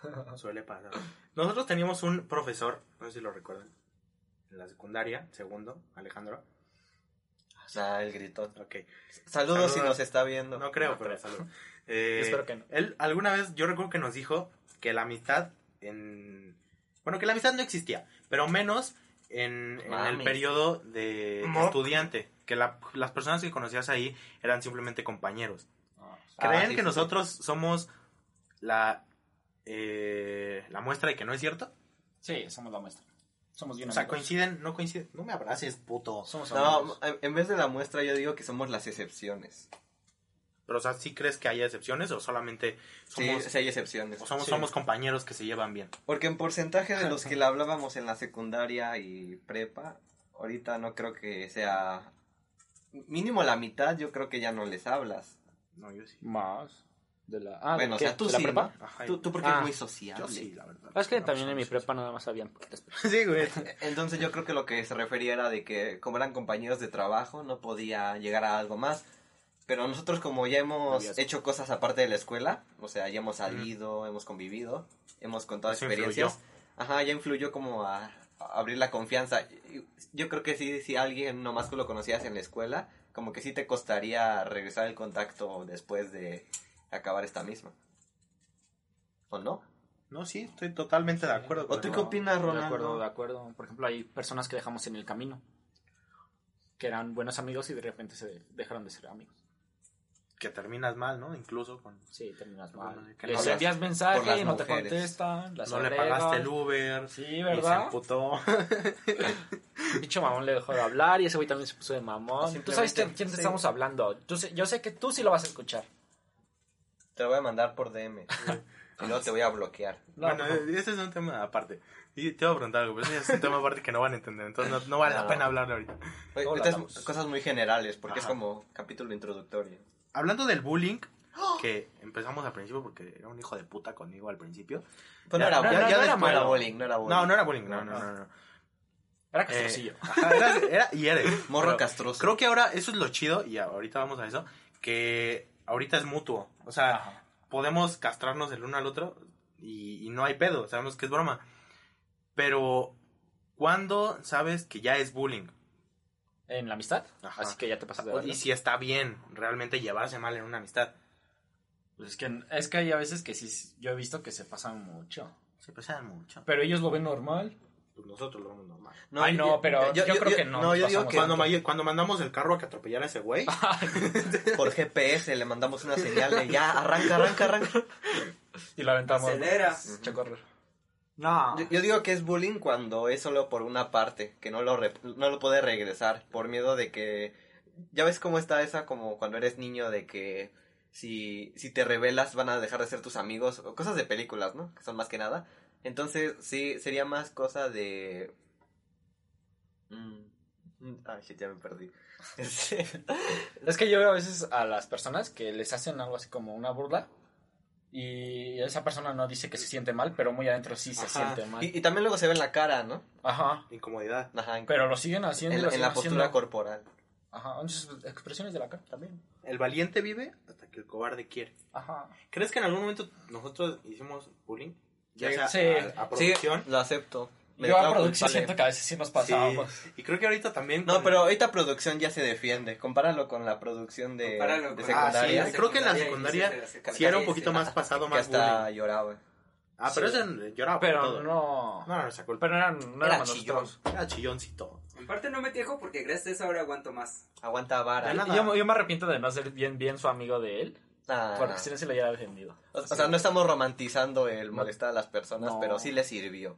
Speaker 2: Suele pasar. Nosotros teníamos un profesor, no sé si lo recuerdan, en la secundaria, segundo, Alejandro.
Speaker 4: Ah, el gritón.
Speaker 2: Ok.
Speaker 4: Saludos si
Speaker 2: Saludos.
Speaker 4: nos está viendo.
Speaker 2: No creo,
Speaker 3: no
Speaker 2: pero
Speaker 3: creo.
Speaker 2: saludos. Eh,
Speaker 3: Espero que no.
Speaker 2: Él alguna vez, yo recuerdo que nos dijo que la amistad en... Bueno, que la amistad no existía, pero menos en, en el
Speaker 4: Mames.
Speaker 2: periodo de
Speaker 4: No.
Speaker 2: estudiante, que la- las personas que conocías ahí eran simplemente compañeros.
Speaker 3: No,
Speaker 4: Ah,
Speaker 2: ¿Creen
Speaker 4: sí,
Speaker 2: que
Speaker 4: sí, sí.
Speaker 2: nosotros somos la, eh, la muestra de que no es cierto?
Speaker 3: Sí, somos la muestra. Somos bien
Speaker 2: O sea,
Speaker 3: amigos.
Speaker 2: coinciden, no coinciden. No me abraces, puto.
Speaker 3: Somos
Speaker 4: No,
Speaker 3: amigos.
Speaker 4: en en vez de la muestra yo digo que somos las excepciones.
Speaker 2: Pero, o sea, ¿sí crees que haya excepciones o solamente somos,
Speaker 4: sí, sí hay excepciones.
Speaker 2: o somos,
Speaker 4: Sí.
Speaker 2: somos compañeros que se llevan bien?
Speaker 4: Porque en porcentaje de los que le hablábamos en la secundaria y prepa, ahorita no creo que sea... Mínimo la mitad yo creo que ya no les hablas.
Speaker 2: No, yo sí.
Speaker 3: Más. De la... Ah, ¿de
Speaker 4: bueno, o
Speaker 3: qué?
Speaker 4: sea, tú
Speaker 3: ¿De la
Speaker 4: sí,
Speaker 3: prepa?
Speaker 4: ¿no?
Speaker 2: Ajá,
Speaker 4: Tú, tú porque
Speaker 3: Ah,
Speaker 4: eres muy sociable.
Speaker 2: Yo sí, la verdad.
Speaker 3: Ah, Es que
Speaker 2: No,
Speaker 3: también
Speaker 2: pues,
Speaker 3: en mi
Speaker 2: sí.
Speaker 3: prepa nada más habían poquitas personas.
Speaker 2: Sí, güey.
Speaker 4: Entonces yo creo que lo que se refería era de que como eran compañeros de trabajo no podía llegar a algo más. Pero nosotros como ya hemos
Speaker 2: Noviazgo.
Speaker 4: hecho cosas aparte de la escuela, o sea, ya hemos salido, hemos convivido, hemos contado
Speaker 2: Eso
Speaker 4: experiencias. Ajá, ya influyó como a, a abrir la confianza. Y- Yo creo que sí, si alguien nomás que lo conocías en la escuela, como que sí te costaría regresar el contacto después de acabar esta misma. ¿O no?
Speaker 2: No, sí, estoy totalmente de acuerdo.
Speaker 4: ¿O
Speaker 2: con
Speaker 4: tú
Speaker 2: él.
Speaker 4: qué opinas,
Speaker 3: De acuerdo, de
Speaker 4: Ronaldo?
Speaker 3: acuerdo. Por ejemplo, hay personas que dejamos en el camino. Que eran buenos amigos y de repente se dejaron de ser amigos.
Speaker 2: Que terminas mal, ¿no? Incluso con...
Speaker 3: Sí, terminas
Speaker 2: Bueno,
Speaker 3: mal.
Speaker 2: que Ah, no
Speaker 3: Les
Speaker 2: hablas
Speaker 3: envías
Speaker 4: por las
Speaker 3: mensaje y no te
Speaker 4: mujeres.
Speaker 3: contestan. Las
Speaker 2: no le
Speaker 3: agregas.
Speaker 2: pagaste el Uber.
Speaker 3: Sí,
Speaker 2: Y se
Speaker 3: ¿verdad?
Speaker 2: emputó.
Speaker 3: Dicho mamón le dejó de hablar y ese güey también se puso de mamón. Tú
Speaker 4: Simplemente,
Speaker 3: sabes de quién te
Speaker 4: sí.
Speaker 3: estamos hablando. Yo sé, yo sé que tú sí lo vas a escuchar.
Speaker 4: Te lo voy a mandar por DM. y luego te voy a bloquear.
Speaker 3: No,
Speaker 2: bueno,
Speaker 3: no.
Speaker 2: eh, ese es un tema aparte. Y te voy a preguntar algo, pero ese es un tema aparte que no van a entender. Entonces no, no vale la
Speaker 4: No.
Speaker 2: pena hablarlo ahorita.
Speaker 4: Oye,
Speaker 3: Luego lo
Speaker 4: estas
Speaker 3: hablamos.
Speaker 4: Pues, cosas muy generales, porque
Speaker 2: Ajá.
Speaker 4: es como capítulo introductorio.
Speaker 2: Hablando del bullying,
Speaker 4: ¡Ah!
Speaker 2: que empezamos al principio porque era un hijo de puta conmigo al principio. Ya,
Speaker 4: Pero no era,
Speaker 2: Pues no,
Speaker 4: ya-
Speaker 2: no,
Speaker 4: ya
Speaker 2: no era
Speaker 4: después
Speaker 2: malo.
Speaker 4: bullying, no era bullying.
Speaker 2: No, no era bullying, no, no, no. no.
Speaker 3: Era
Speaker 2: Eh,
Speaker 3: castrosillo.
Speaker 2: ajá, era, era- y eres.
Speaker 4: Morro
Speaker 2: Pero
Speaker 4: castroso.
Speaker 2: Creo que ahora eso es lo chido, y ahorita vamos a eso, que ahorita es mutuo. O sea,
Speaker 3: Ajá.
Speaker 2: podemos castrarnos el uno al otro y, y no hay pedo, sabemos que es broma. Pero, ¿cuándo sabes que ya es bullying?
Speaker 3: En la amistad.
Speaker 2: Ajá.
Speaker 3: Así que ya te pasas de verga.
Speaker 2: Y si está bien realmente llevarse mal en una amistad.
Speaker 3: Pues es que, es que hay a veces que sí, yo he visto que se pasan mucho.
Speaker 2: Se pasan mucho.
Speaker 3: Pero ellos lo ven normal.
Speaker 2: Pues nosotros lo vemos normal.
Speaker 3: Ay, no, pero yo creo que no
Speaker 4: No,
Speaker 3: nos
Speaker 4: yo digo
Speaker 3: pasamos
Speaker 4: que
Speaker 2: Cuando, ma- cuando mandamos el carro a que atropellara a ese güey,
Speaker 4: por GPS le mandamos una señal de ya, arranca, arranca, arranca.
Speaker 3: Y lo aventamos.
Speaker 1: Acelera.
Speaker 3: Echa a correr. No.
Speaker 4: Yo, yo digo que es bullying cuando es solo por una parte, que no lo, re- no lo puede regresar, por miedo de que... Ya ves cómo está esa como cuando eres niño de que si, si te rebelas van a dejar de ser tus amigos, o cosas de películas, ¿no? Que son más que nada. Entonces, sí, sería más cosa de... Mm, mm, Ay, shit, ya me perdí. Este,
Speaker 3: Es que yo veo a veces a las personas que les hacen algo así como una burla y esa persona no dice que se siente mal, pero muy adentro sí se
Speaker 4: ajá,
Speaker 3: siente mal.
Speaker 4: Y, y también luego se ve en la cara, ¿no?
Speaker 3: Ajá.
Speaker 2: Incomodidad.
Speaker 4: Ajá, en,
Speaker 3: Pero lo siguen haciendo.
Speaker 4: en
Speaker 3: lo
Speaker 4: la- en
Speaker 3: siguen
Speaker 4: la postura
Speaker 3: haciendo.
Speaker 4: corporal.
Speaker 3: Ajá. En sus expresiones de la cara también.
Speaker 2: El valiente vive hasta que el cobarde quiere.
Speaker 3: Ajá.
Speaker 2: ¿Crees que en algún momento nosotros hicimos bullying? Ya
Speaker 4: Sí.
Speaker 2: sea
Speaker 3: Sí.
Speaker 2: a, a
Speaker 4: Sí,
Speaker 2: producción.
Speaker 4: lo acepto. Me
Speaker 3: yo a
Speaker 4: declaro
Speaker 3: producción
Speaker 4: culpable.
Speaker 3: siento que a veces sí nos
Speaker 2: Sí.
Speaker 3: pasábamos.
Speaker 2: Y creo que ahorita también.
Speaker 4: No,
Speaker 2: con-
Speaker 4: pero ahorita producción ya se defiende. Compáralo con la producción de,
Speaker 1: Compáralo
Speaker 4: Eh, de
Speaker 1: con-
Speaker 2: Ah, sí,
Speaker 4: secundaria.
Speaker 2: creo que en la
Speaker 1: secundaria,
Speaker 2: secundaria
Speaker 1: sí, se-
Speaker 2: sí era un poquito
Speaker 1: sí.
Speaker 2: más pasado,
Speaker 4: que
Speaker 2: más
Speaker 4: hasta
Speaker 2: bullying.
Speaker 4: lloraba.
Speaker 2: Ah, pero
Speaker 3: Sí.
Speaker 2: ese lloraba por
Speaker 3: Pero
Speaker 2: todo.
Speaker 3: no.
Speaker 2: No, no, esa culpa.
Speaker 3: Pero eran, no
Speaker 4: Era
Speaker 3: éramos
Speaker 4: chillón.
Speaker 3: nosotros.
Speaker 2: Era chilloncito.
Speaker 1: En parte no me quejo porque gracias a eso ahora aguanto más.
Speaker 4: Aguanta vara.
Speaker 2: Ya nada.
Speaker 3: Yo, yo me arrepiento de no ser bien, bien su amigo de él.
Speaker 4: Ah,
Speaker 3: Porque si no se lo hubiera defendido.
Speaker 4: o, o sea, no estamos romantizando el molestar a las personas,
Speaker 3: No.
Speaker 4: pero sí le sirvió.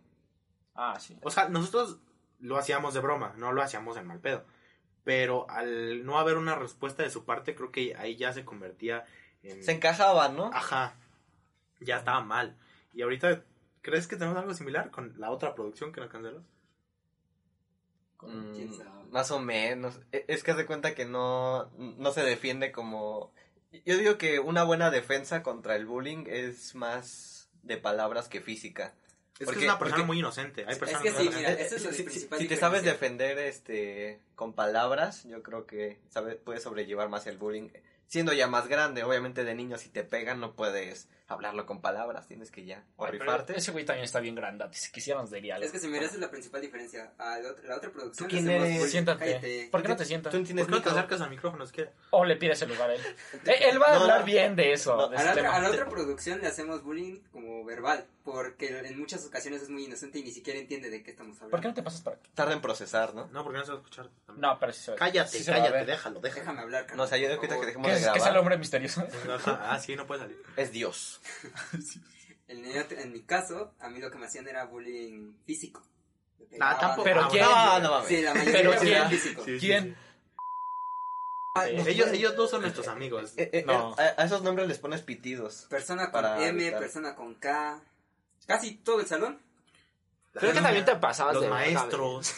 Speaker 3: Ah, sí.
Speaker 2: O sea, nosotros lo hacíamos de broma, no lo hacíamos en mal pedo. Pero al no haber una respuesta de su parte, creo que ahí ya se convertía en.
Speaker 4: Se encajaba, ¿no?
Speaker 2: Ajá. Ya estaba mal. Y ahorita, ¿crees que tenemos algo similar con la otra producción que nos canceló?
Speaker 4: Mm,
Speaker 1: ¿Quién sabe?
Speaker 4: más o menos. E- Es que haz de cuenta que no, no se defiende como... Yo digo que una buena defensa contra el bullying es más de palabras que física.
Speaker 2: Es
Speaker 4: Porque-
Speaker 2: que es una persona
Speaker 4: porque-
Speaker 2: muy inocente. Hay personas
Speaker 1: que sí,
Speaker 2: muy
Speaker 1: mira,
Speaker 2: inocentes.
Speaker 1: esa es la
Speaker 4: eh, si, si-
Speaker 1: principal
Speaker 4: si te sabes
Speaker 1: diferencia.
Speaker 4: defender este con palabras, yo creo que sabes, puedes sobrellevar más el bullying. Siendo ya más grande, obviamente de niño si te pegan no puedes hablarlo con palabras, tienes que ya o
Speaker 3: Ay, pero
Speaker 4: rifarte.
Speaker 3: Ese güey también está bien grandote. Si quisiéramos diría algo.
Speaker 1: Es que si miras es la principal diferencia. A la otra, la otra producción.
Speaker 4: ¿Tú quién
Speaker 1: hacemos
Speaker 4: eres?
Speaker 1: bullying.
Speaker 3: Siéntate.
Speaker 1: Cállate.
Speaker 3: ¿Por qué no te sientas?
Speaker 4: Tú no tienes
Speaker 2: ¿Por qué no te
Speaker 4: micro.
Speaker 2: acercas al micrófono? Es que
Speaker 3: O le pides el lugar a él. Eh, él va a
Speaker 4: No,
Speaker 3: hablar
Speaker 4: no.
Speaker 3: bien de eso.
Speaker 4: No,
Speaker 3: de
Speaker 1: A
Speaker 3: ese
Speaker 1: la, otra,
Speaker 3: tema.
Speaker 1: a la otra producción le hacemos bullying como verbal, porque en muchas ocasiones es muy inocente y ni siquiera entiende de qué estamos hablando.
Speaker 3: ¿Por qué no te pasas para aquí?
Speaker 4: Tarda en procesar, ¿no?
Speaker 2: No, porque no se va a escuchar. también.
Speaker 3: No, pero sí se va-
Speaker 2: cállate,
Speaker 3: sí se va a
Speaker 2: cállate,
Speaker 3: ver.
Speaker 2: déjalo, déjalo.
Speaker 1: Déjame hablar, Carlos,
Speaker 4: No, o sea, yo digo
Speaker 1: por
Speaker 4: que ahorita que
Speaker 1: favor.
Speaker 4: dejemos
Speaker 3: ¿Qué
Speaker 4: de
Speaker 3: es, qué es el
Speaker 4: grabar
Speaker 3: hombre misterioso?
Speaker 2: Ajá, Ah, sí, no puede salir.
Speaker 4: es Dios.
Speaker 1: En, el otro- en mi caso, a mí lo que me hacían era bullying físico. Me pegaban.
Speaker 2: tampoco.
Speaker 3: Pero
Speaker 2: Ah,
Speaker 3: ¿quién?
Speaker 4: No, no mames.
Speaker 1: Sí, la mayoría
Speaker 3: Pero
Speaker 1: era
Speaker 3: ¿quién?
Speaker 1: bullying físico.
Speaker 2: Sí, sí,
Speaker 3: ¿Quién?
Speaker 2: sí. Ellos, ellos dos son nuestros amigos.
Speaker 4: Eh, eh,
Speaker 3: No.
Speaker 4: eh, a, a esos nombres les pones pitidos.
Speaker 1: Persona con
Speaker 4: Para
Speaker 1: M,
Speaker 4: evitar.
Speaker 1: persona con K. Casi todo el salón.
Speaker 3: Creo que también te pasabas
Speaker 2: Los
Speaker 3: de verga,
Speaker 2: maestros.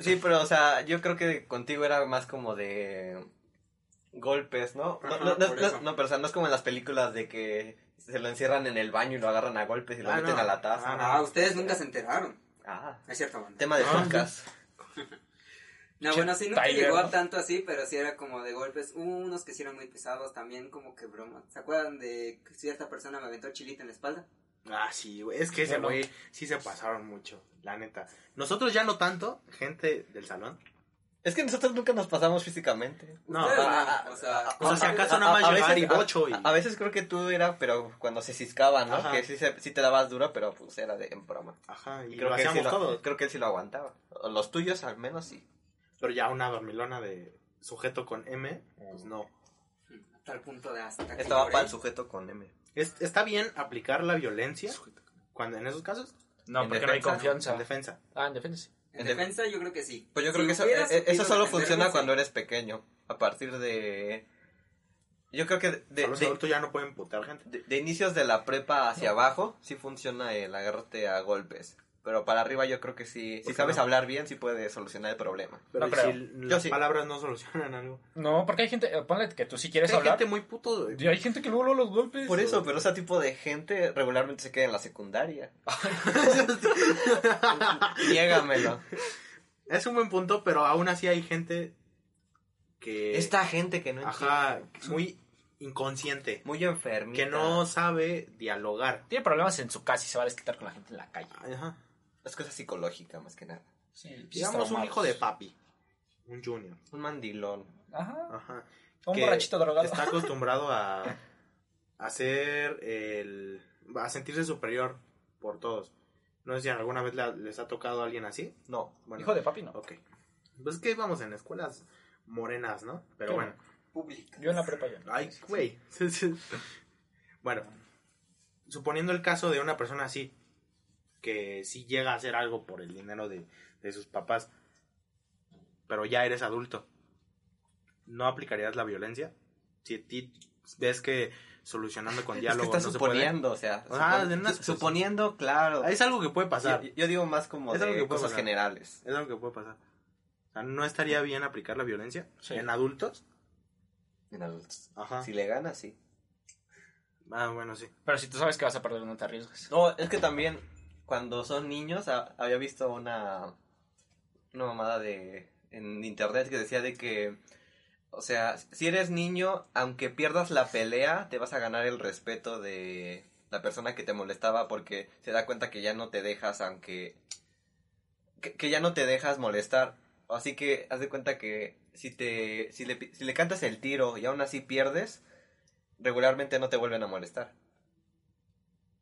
Speaker 4: Sí, pero o sea, yo creo que contigo era más como de golpes, ¿no? No,
Speaker 2: Ajá,
Speaker 4: no, no,
Speaker 1: por
Speaker 4: no,
Speaker 1: eso.
Speaker 4: no, pero o sea, no es como en las películas de que se lo encierran en el baño y lo agarran a golpes y lo
Speaker 2: Ah,
Speaker 4: meten
Speaker 2: no.
Speaker 4: a la taza.
Speaker 2: Ah,
Speaker 1: Ah, ustedes nunca se enteraron.
Speaker 4: Ah,
Speaker 1: Es cierto, banda.
Speaker 4: tema de
Speaker 2: Ah,
Speaker 4: podcast.
Speaker 1: No, bueno, sí, nunca
Speaker 3: Tiger,
Speaker 1: llegó
Speaker 3: ¿no?
Speaker 1: a tanto así, pero sí era como de golpes. Unos que sí eran muy pesados, también como que broma. ¿Se acuerdan de que cierta persona me aventó chilito en la espalda?
Speaker 2: Ah, sí, güey. Es que ese
Speaker 3: Bueno.
Speaker 2: güey sí se pasaron mucho, la neta. Nosotros ya no tanto, gente del salón.
Speaker 4: Es que nosotros nunca nos pasamos físicamente.
Speaker 2: No,
Speaker 1: Ustedes
Speaker 4: ah,
Speaker 2: O
Speaker 1: o sea,
Speaker 2: sea, si
Speaker 1: ustedes-
Speaker 2: acaso nada más llevar y bocho y...
Speaker 4: a- a veces creo que tú era, pero cuando se ciscaban, ¿no?
Speaker 2: Ajá.
Speaker 4: Que sí, se- sí te dabas duro, pero pues era de, en broma.
Speaker 2: Ajá, y
Speaker 4: creo,
Speaker 2: lo
Speaker 4: que él sí
Speaker 2: hacíamos todos.
Speaker 4: creo que él sí lo aguantaba. O Los tuyos al menos sí.
Speaker 2: Pero ya una dormilona de sujeto con M,
Speaker 3: Oh.
Speaker 2: pues no.
Speaker 1: hasta el punto de hasta que
Speaker 4: Estaba
Speaker 1: lloré.
Speaker 4: para el sujeto con M.
Speaker 2: Es- está bien aplicar la violencia cuando en esos casos,
Speaker 3: No,
Speaker 4: En
Speaker 3: porque no hay
Speaker 4: defensa,
Speaker 2: en
Speaker 3: confianza.
Speaker 2: defensa.
Speaker 3: Ah, en defensa. sí.
Speaker 1: En defensa yo creo que sí.
Speaker 4: Pues yo
Speaker 1: Si
Speaker 4: creo que eso,
Speaker 1: hubiera
Speaker 4: eh, eh,
Speaker 1: sabido
Speaker 4: eso solo
Speaker 1: defenderme,
Speaker 4: funciona
Speaker 1: sí.
Speaker 4: cuando eres pequeño. A partir de. Yo creo que de,
Speaker 2: O sea,
Speaker 4: de-
Speaker 2: los
Speaker 4: de-
Speaker 2: adultos ya no pueden putar gente.
Speaker 4: de- de inicios de la prepa hacia abajo, sí funciona el agarrarte a golpes. Pero para arriba, yo creo que sí. Si
Speaker 2: qué
Speaker 4: sabes
Speaker 2: no?
Speaker 4: hablar bien, sí puedes solucionar el problema.
Speaker 2: Pero
Speaker 3: No
Speaker 2: ¿y
Speaker 3: creo.
Speaker 2: si
Speaker 4: Yo
Speaker 2: las
Speaker 4: sí.
Speaker 2: palabras no solucionan algo.
Speaker 3: No, porque hay gente. eh, Ponle que tú si quieres
Speaker 2: Hay
Speaker 3: hablar.
Speaker 2: gente muy puto. güey.
Speaker 3: y hay gente que luego luego los golpes.
Speaker 4: Por eso, pero ese tipo de gente regularmente se queda en la secundaria. Niégamelo.
Speaker 2: Es un buen punto, pero aún así hay gente que...
Speaker 4: Esta gente que no
Speaker 2: Ajá,
Speaker 4: entiende,
Speaker 2: muy inconsciente.
Speaker 4: Muy enfermita.
Speaker 2: Que no sabe dialogar.
Speaker 3: Tiene problemas en su casa y se va a desquitar con la gente en la calle.
Speaker 2: Ajá.
Speaker 4: Es cosa psicológica, más que nada.
Speaker 3: Sí,
Speaker 2: Digamos un hijo de papi. Un junior.
Speaker 4: Un mandilón.
Speaker 3: Ajá.
Speaker 2: Ajá.
Speaker 3: Un
Speaker 2: que
Speaker 3: borrachito drogado.
Speaker 2: Está acostumbrado a, a ser el. a sentirse superior por todos. No sé si alguna vez la- les ha tocado a alguien así.
Speaker 4: No.
Speaker 2: Bueno,
Speaker 3: Hijo de papi, no.
Speaker 2: Ok. Pues es que íbamos en escuelas morenas, ¿no? Pero
Speaker 3: Sí.
Speaker 2: bueno.
Speaker 1: Pública.
Speaker 3: Yo en la prepa ya. no.
Speaker 2: Ay, güey. Sí, sí. bueno, suponiendo el caso de una persona así, que sí llega a hacer algo por el dinero de, de sus papás, pero ya eres adulto, ¿no aplicarías la violencia? Si a ti ves que solucionando con
Speaker 4: Es que
Speaker 2: diálogo
Speaker 4: está
Speaker 2: no se puede.
Speaker 4: suponiendo, o sea.
Speaker 2: Ah,
Speaker 4: supon-
Speaker 2: de una
Speaker 4: su-
Speaker 2: suposición.
Speaker 4: suponiendo, claro.
Speaker 2: Es algo que puede pasar.
Speaker 4: Yo, yo digo más como
Speaker 2: Es
Speaker 4: de
Speaker 2: algo que puede
Speaker 4: cosas
Speaker 2: pasar.
Speaker 4: generales.
Speaker 2: Es algo que puede pasar. O sea, no estaría bien aplicar la violencia
Speaker 3: Sí.
Speaker 2: en adultos.
Speaker 4: En adultos.
Speaker 2: Ajá.
Speaker 4: Si le gana, sí.
Speaker 2: Ah, bueno, sí.
Speaker 3: Pero si tú sabes que vas a perder, no te arriesgas.
Speaker 4: No, es que también cuando son niños ha- había visto una una mamada de en internet que decía de que o sea, si eres niño, aunque pierdas la pelea, te vas a ganar el respeto de la persona que te molestaba porque se da cuenta que ya no te dejas aunque que, que ya no te dejas molestar. Así que haz de cuenta que si te si le pi- si le cantas el tiro y aún así pierdes, regularmente no te vuelven a molestar.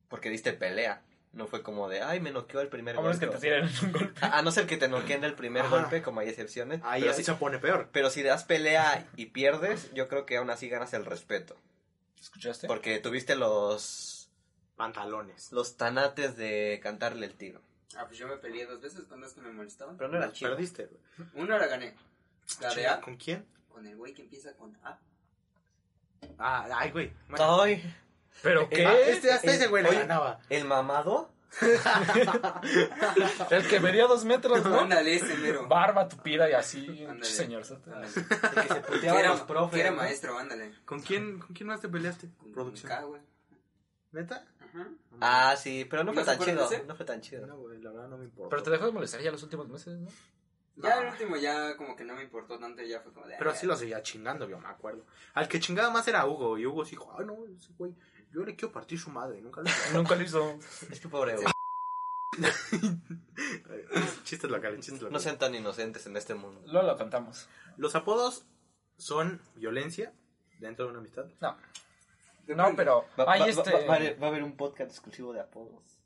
Speaker 4: Porque diste pelea. No fue como de, ay, me noqueó el primer
Speaker 3: A menos
Speaker 4: golpe.
Speaker 3: que te
Speaker 4: o sea.
Speaker 3: tiren un golpe.
Speaker 4: A, a no ser que te noqueen del primer
Speaker 2: Ajá.
Speaker 4: golpe, como hay excepciones.
Speaker 2: Ahí
Speaker 4: pero,
Speaker 2: así
Speaker 4: si,
Speaker 2: se pone peor.
Speaker 4: pero si das pelea y pierdes, yo creo que aún así ganas el respeto.
Speaker 3: ¿Escuchaste?
Speaker 4: Porque tuviste los,
Speaker 2: Pantalones.
Speaker 4: los tanates de cantarle el tiro.
Speaker 1: Ah, pues yo me peleé dos veces con dos que me molestaban.
Speaker 4: Pero no era
Speaker 2: Los
Speaker 4: chido.
Speaker 2: Perdiste. güey.
Speaker 1: Una la gané. La de A,
Speaker 2: ¿Con quién?
Speaker 1: con el güey que empieza con A.
Speaker 2: Ah, ay, güey.
Speaker 4: Ay,
Speaker 3: ¿Pero
Speaker 2: Ah,
Speaker 3: qué?
Speaker 2: este, hasta
Speaker 4: Eh,
Speaker 2: ese güey le
Speaker 4: oye.
Speaker 2: ganaba.
Speaker 4: ¿el mamado?
Speaker 3: El que medía dos metros, ¿no?
Speaker 1: Ándale, ese mero.
Speaker 3: Barba tupida y así, un
Speaker 1: Ándale.
Speaker 3: señor.
Speaker 1: Ándale.
Speaker 4: El que se
Speaker 1: Que
Speaker 4: puteaba a
Speaker 1: era,
Speaker 4: los profes.
Speaker 1: que era
Speaker 4: ¿no?
Speaker 1: maestro, ándale.
Speaker 2: ¿Con quién, ¿Con quién más te peleaste?
Speaker 1: Con
Speaker 2: producción.
Speaker 1: K, güey.
Speaker 2: ¿Neta?
Speaker 1: Ajá.
Speaker 4: Ah, sí, pero no fue
Speaker 1: ¿No se
Speaker 4: tan
Speaker 1: acuerdan
Speaker 4: chido.
Speaker 1: de ese?
Speaker 4: No fue tan chido.
Speaker 2: No, güey, la verdad no me importa.
Speaker 3: Pero te dejó de molestar ya los últimos meses, ¿no?
Speaker 1: Ya el último ya como que no me importó tanto, ya fue como de... "Ah,
Speaker 2: Pero sí lo seguía chingando, yo me acuerdo. Al que chingaba más era Hugo. Y Hugo sí dijo, ay, no, ese güey, yo le quiero partir su madre. Nunca lo
Speaker 3: Nunca lo hizo.
Speaker 4: Es que pobre, güey.
Speaker 2: Chistes locales, chistes
Speaker 4: No
Speaker 2: locales.
Speaker 4: sean tan inocentes en este mundo.
Speaker 3: Luego lo cantamos.
Speaker 2: Los apodos son violencia dentro de una amistad.
Speaker 3: No. No, pero.
Speaker 4: Va,
Speaker 3: Hay
Speaker 4: va- va-
Speaker 3: este.
Speaker 4: va- va a- va a haber un podcast exclusivo de apodos.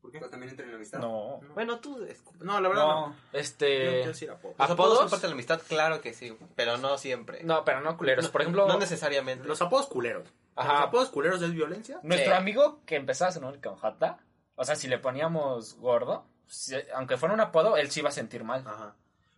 Speaker 2: ¿Por qué?
Speaker 1: Pero pues también entre en la amistad.
Speaker 3: No.
Speaker 4: Bueno, tú... es-
Speaker 2: No, la verdad no.
Speaker 3: No.
Speaker 2: Yo
Speaker 3: Este.
Speaker 2: quiero decir apodos.
Speaker 4: ¿Los
Speaker 3: ¿Apodos?
Speaker 4: apodos son parte de la amistad? Claro que sí, pero no siempre.
Speaker 3: No, pero no culeros. Por ejemplo,
Speaker 4: No necesariamente.
Speaker 2: Los apodos culeros.
Speaker 3: Ajá.
Speaker 2: Los apodos culeros es violencia.
Speaker 3: nuestro
Speaker 4: Sí.
Speaker 3: amigo que empezaba a sonar con Jata, o sea, si le poníamos gordo, si- aunque fuera un apodo, él sí iba a sentir mal.
Speaker 2: Ajá.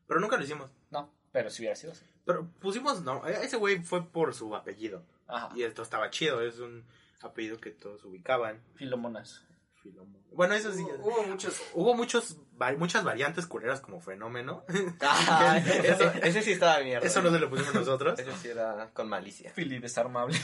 Speaker 2: Pero nunca lo hicimos.
Speaker 3: No, pero si hubiera sido así.
Speaker 2: Pero pusimos, no, e-, ese güey fue por su apellido.
Speaker 3: Ajá.
Speaker 2: Y esto estaba chido, es un apellido que todos ubicaban.
Speaker 3: Filomonas.
Speaker 2: Filomón. Bueno, eso sí.
Speaker 1: Hubo, hubo muchos...
Speaker 2: Hubo muchos, va- muchas variantes culeras como fenómeno.
Speaker 4: Ah,
Speaker 2: Eso-
Speaker 4: ese, ese sí estaba de mierda.
Speaker 2: Eso no se lo pusimos nosotros.
Speaker 4: Ese sí era con malicia.
Speaker 3: Fili desarmable.